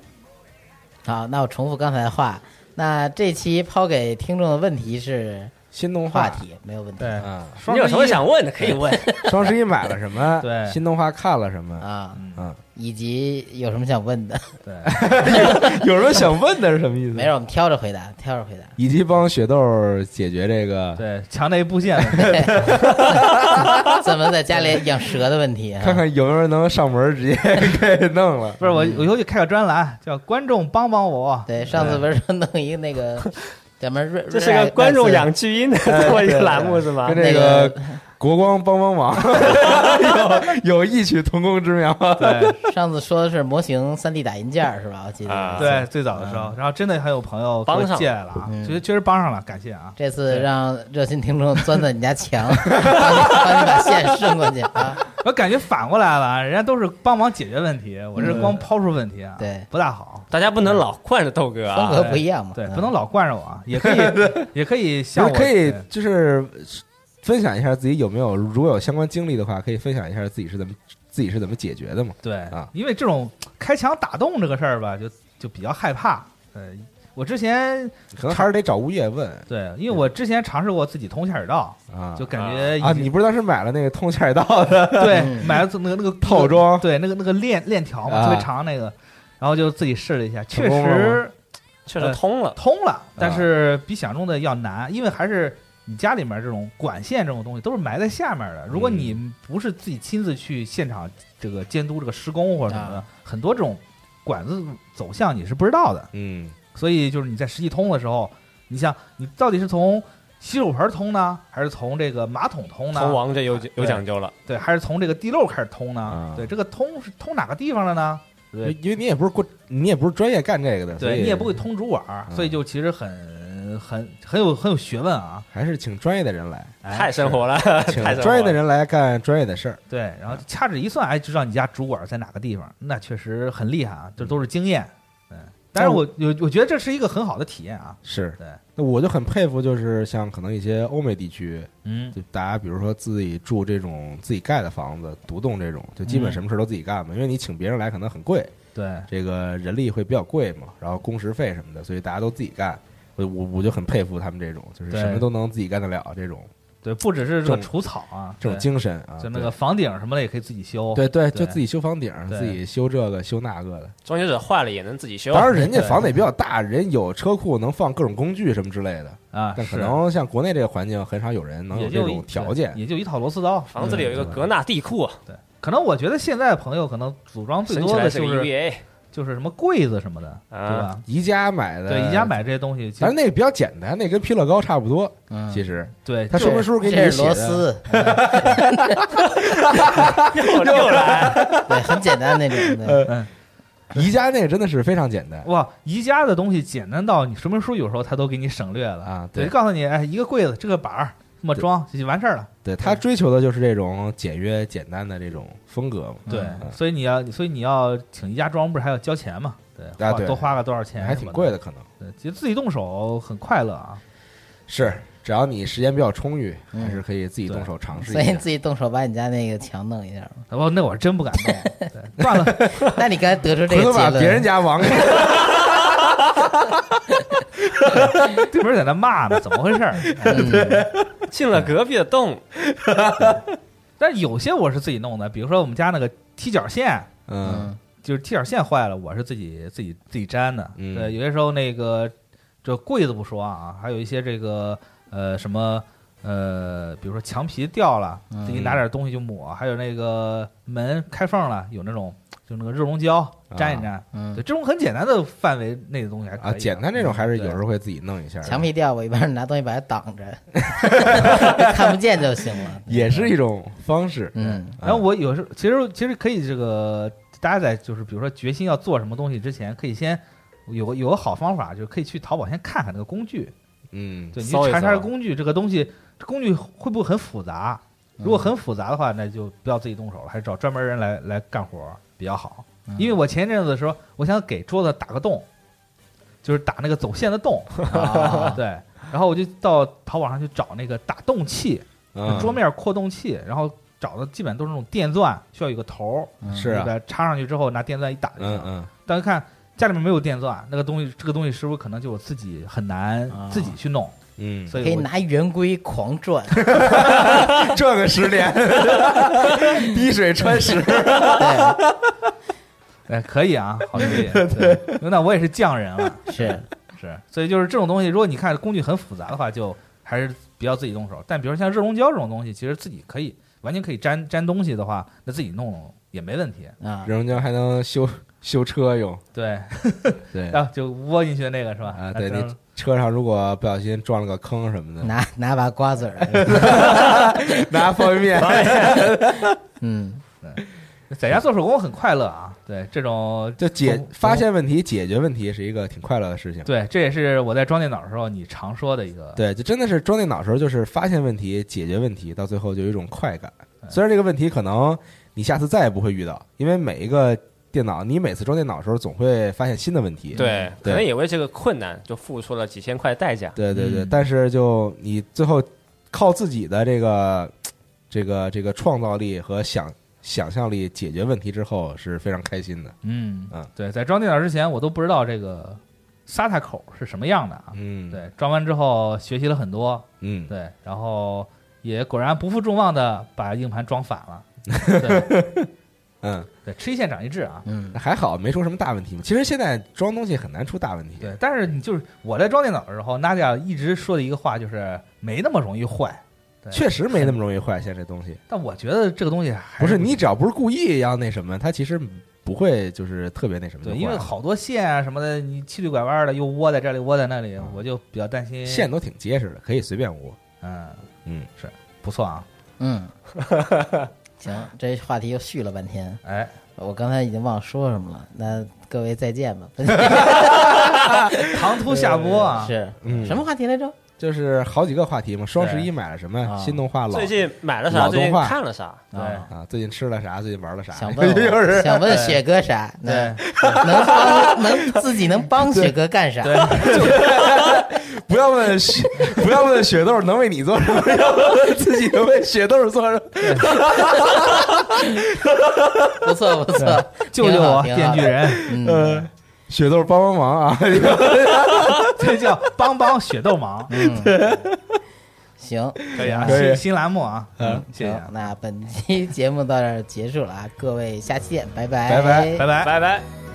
好，那我重复刚才的话。那这期抛给听众的问题是：
新动
话
画
题没有问题
对
啊，
你有什么想问的可以问。
双十一买了什么？
对
新动画看了什么？
啊，
嗯，
以及有什么想问的？
对，
有什么想问的是什么意思？
没事，我们挑着回答，挑着回答。
以及帮雪豆解决这个，
对，墙内布线，
怎么在家里养蛇的问题啊？
看看有没有人能上门直接 给弄了。
不是我，我以后就开个专栏，叫“观众帮帮我
对，上次不是说弄一个那个咱们瑞，
这是个观众养巨婴的这么一个栏目是吗
跟？
那
这
个
个国光帮帮 忙有有异曲同工之妙。”。
对
上次说的是模型三 D 打印件儿是吧？我记得
啊
对，最早的时候，然后真的还有朋友给我
帮上了
借来了啊
嗯，
确实确实帮上了，感谢啊。
这次让热心听众钻在你家 墙，帮你帮你把线顺过去啊！
我感觉反过来了啊，人家都是帮忙解决问题，我
嗯
这是光抛出问题啊，
对，
不大好。
大家不能老惯着豆哥
风
啊
格，不一样嘛，
对，
嗯
不能老惯着我啊，也可 以，也可
其
以像
实
我
可以
对
就是分享一下自己有没有，如果有相关经历的话，可以分享一下自己是怎么自己是怎么解决的嘛。
对
啊
因为这种开墙打洞这个事儿吧，就就比较害怕。呃，我之前
可能还是得找物业问
对，因为我之前尝试过自己通下水道，
啊。
就感觉已
啊，
经
你不是当时买了那个通下水道的？
对
嗯
买了那个那个
套装
对那个那个链链条嘛，
啊
特别长那个，然后就自己试了一下，确
成功了
实
确实通了。
通了，但是比想中的要难，因为还是。你家里面这种管线这种东西都是埋在下面的，如果你不是自己亲自去现场这个监督这个施工或者什么的，很多这种管子走向你是不知道的。
嗯，
所以就是你在实际通的时候，你想你到底是从洗手盆通呢，还是从这个马桶通呢？
通王这有有讲究了，
对，还是从这个地漏开始通呢？
啊
对，这个通是通哪个地方了呢？对
因为你也不是过，你也不是专业干这个的，所
对
以
你也不会通主管儿，
嗯
所以就其实很很很有很有学问啊。
还是请专业的人来，
哎
太生活了，
请
太生
专业
活
的
了。
人来干专业的事儿。
对，然
嗯
后掐指一算，哎，知道你家主管在哪个地方，那确实很厉害啊，这都是经验。嗯，但是我有我觉得这是一个很好的体验啊。
是
对，
那我就很佩服，就是像可能一些欧美地区，
嗯，
就大家比如说自己住这种自己盖的房子，独栋这种，就基本
嗯
什么事儿都自己干嘛，因为你请别人来可能很贵，
对，
这个人力会比较贵嘛，然后工时费什么的，所以大家都自己干。我我我就很佩服他们这种，就是
对
什么都能自己干得了这种
对，不只是这个
这种
除草啊，
这种
对
精神啊，
就那个房顶什么的也可以自己修。
对对，
对
就自己修房顶儿，
对
自己修这个修那个的。
装修者坏了也能自己修
当，然，人家
对
房子也比较大，人有车库能放各种工具什么之类的，
啊，
但可
是
能像国内这个环境，很少有人能有
也
这
就
种
一
条
对
件。嗯
也就一套螺丝刀。
房子里有一
嗯
个格纳地库啊，
对，可能我觉得现在朋友可能组装最
升起
多
来
的
是
就
个
是
EVA
就是什么柜子什么的，对
啊
吧？
宜家买的，
对，宜家，买这些东西，其
但是
实
那个比较简单，那跟拼乐高差不多。
嗯
其实
对，
他
就
说明书给你
这是
写
螺
的，
丝，
又又来，
对，很简单那 种
嗯
的，
宜家那个真的是非常简单
哇，宜家的东西简单到你说明书有时候他都给你省略了，
啊。
对，
对
就告诉你，哎，一个柜子，这个板儿这么装就完事儿了。
对，他追求的就是这种简约简单的这种风格嘛。
对
嗯，
所以你要，所以你要请宜家装，不是还要交钱嘛？对，
啊
花
对
多花个多少钱，
还挺贵
的。
的，可能
对，其实自己动手很快乐啊。
是只要你时间比较充裕，
嗯
还是可以自己动手尝试
所
一
以
下。
自己动手把你家那个墙弄一下。
哦，那我是真不敢动，对， 断了，
那你刚才得出这
回
个
头把
结
别人
论，
家 王给
对面在那骂呢，怎么回事儿？
嗯
进了隔壁的洞，
但是有些我是自己弄的，比如说我们家那个踢脚线，
嗯，
就是踢脚线坏了，我是自己自己自己粘的。
嗯
对，有些时候那个这柜子不说啊，还有一些这个呃什么呃，比如说墙皮掉了，自己
嗯
拿点东西就抹，还有那个门开缝了，有那种就那个热熔胶粘一粘。对，
嗯，
这种很简单的范围内的东西还可以嗯
啊，简单这种还是有时
候。
候会自己弄一下的，
墙皮掉，我一般是拿东西把它挡 着，看不见就行了。
也是一种方式。
嗯，
然
啊
后我有时候其实其实可以这个，大家在就是比如说决心要做什么东西之前，可以先有个有个好方法，就是可以去淘宝先看看那个工具，
嗯，
对，你
搜
去
一
查查
搜
工具这个东西，这工具会不会很复杂？如果很复杂的话，那就不要自己动手了，还是找专门人来来干活儿比较好。
嗯
嗯
因为我前一阵子的时候，我想给桌子打个洞，就是打那个走线 的洞，
啊
对。然后我就到淘宝上去找那个打洞器，
嗯
桌面扩动器，然后找的基本都是那种电钻，需要有个头儿，
嗯
是
对
啊，
吧？插上去之后拿电钻一打就
嗯
行。
嗯，
但是看家里面没有电钻，那个东西，这个东西是不是可能就我自己很难
啊
自己去弄？
嗯，
所
可以
以我
拿圆规狂 转，
转个十年， 滴水穿石，
对，
哎可 以啊，好主意。对，那我也是匠人了，
是，
是，所以就是这种东西，如果你看工具很复杂的话，就还是比较自己动手。但比如像热熔胶这种东西，其实自己可以完全可以粘粘东西的话，那自己弄弄也没问题。
啊，
人家还能修修车用，
对，
对
啊，就窝进去那个是吧？
啊，
那
对
正
你车上如果不小心撞了个坑什么的，
拿拿把瓜子儿，
拿方便面，
嗯，
在家做手工很快乐啊。对，这种
就解
从
发现问题、解决问题是一个挺快乐的事情。
对，这也是我在装电脑的时候你常说的一个。
对，就真的是装电脑的时候，就是发现问题、解决问题，到最后就有一种快感。
嗯
虽然这个问题可能你下次再也不会遇到，因为每一个电脑，你每次装电脑的时候总会发现新的问题。
对，可
嗯对
能也为这个困难就付出了几千块代价。
对对对，
嗯
但是就你最后靠自己的这个这个这个创造力和想想象力解决问题之后是非常开心的。
嗯
嗯
对，在装电脑之前我都不知道这个 SATA 口是什么样的啊。
嗯，
对，装完之后学习了很多，
嗯，
对，然后也果然不负众望的把硬盘装反 了。对
嗯，
对，吃一堑长一智啊。
嗯，
还好没出什么大问题嘛。其实现在装东西很难出大问题。
对，但是你就是我在装电脑的时候，Nadia 一直说的一个话就是没那么容易坏，对
确实没那么容易坏，现在这东西
但我觉得这个东西还
不是
是
你只要不是故意要那什么，它其实不会就是特别那什么就
对，
坏了。
因为好多线啊什么的，你七里拐弯的又窝在这里，窝在那里，
嗯
我就比较担心
线都挺结实的，可以随便握。
嗯
嗯，
是不错啊，
嗯，行，这话题又续了半天，
哎，
我刚才已经忘了说什么了，那各位再见吧，
唐突下播啊，
是，
嗯
什么话题来着？
就是好几个话题嘛。双十
对
一买了什么
啊
新动画老
最近买了啥？
老
最近
动画
看了啥？
对
啊
啊？最近吃了啥？最近玩了啥？
想问
又
我
是
想问雪哥啥？那
对
能帮能自己能帮雪哥干啥？
不要问雪，不要问雪豆能为你做什么，要问自己能为雪豆做什么。
不错不错，
救救我
挺好
电锯，人，
挺好嗯
呃，雪豆帮帮忙啊！
这叫帮帮雪豆忙，
嗯，行。
可以啊，
可以
新新栏目啊，嗯，谢谢啊
好，，那本期节目到这儿结束了啊，各位下期见，拜拜，
拜拜
拜拜。
拜拜。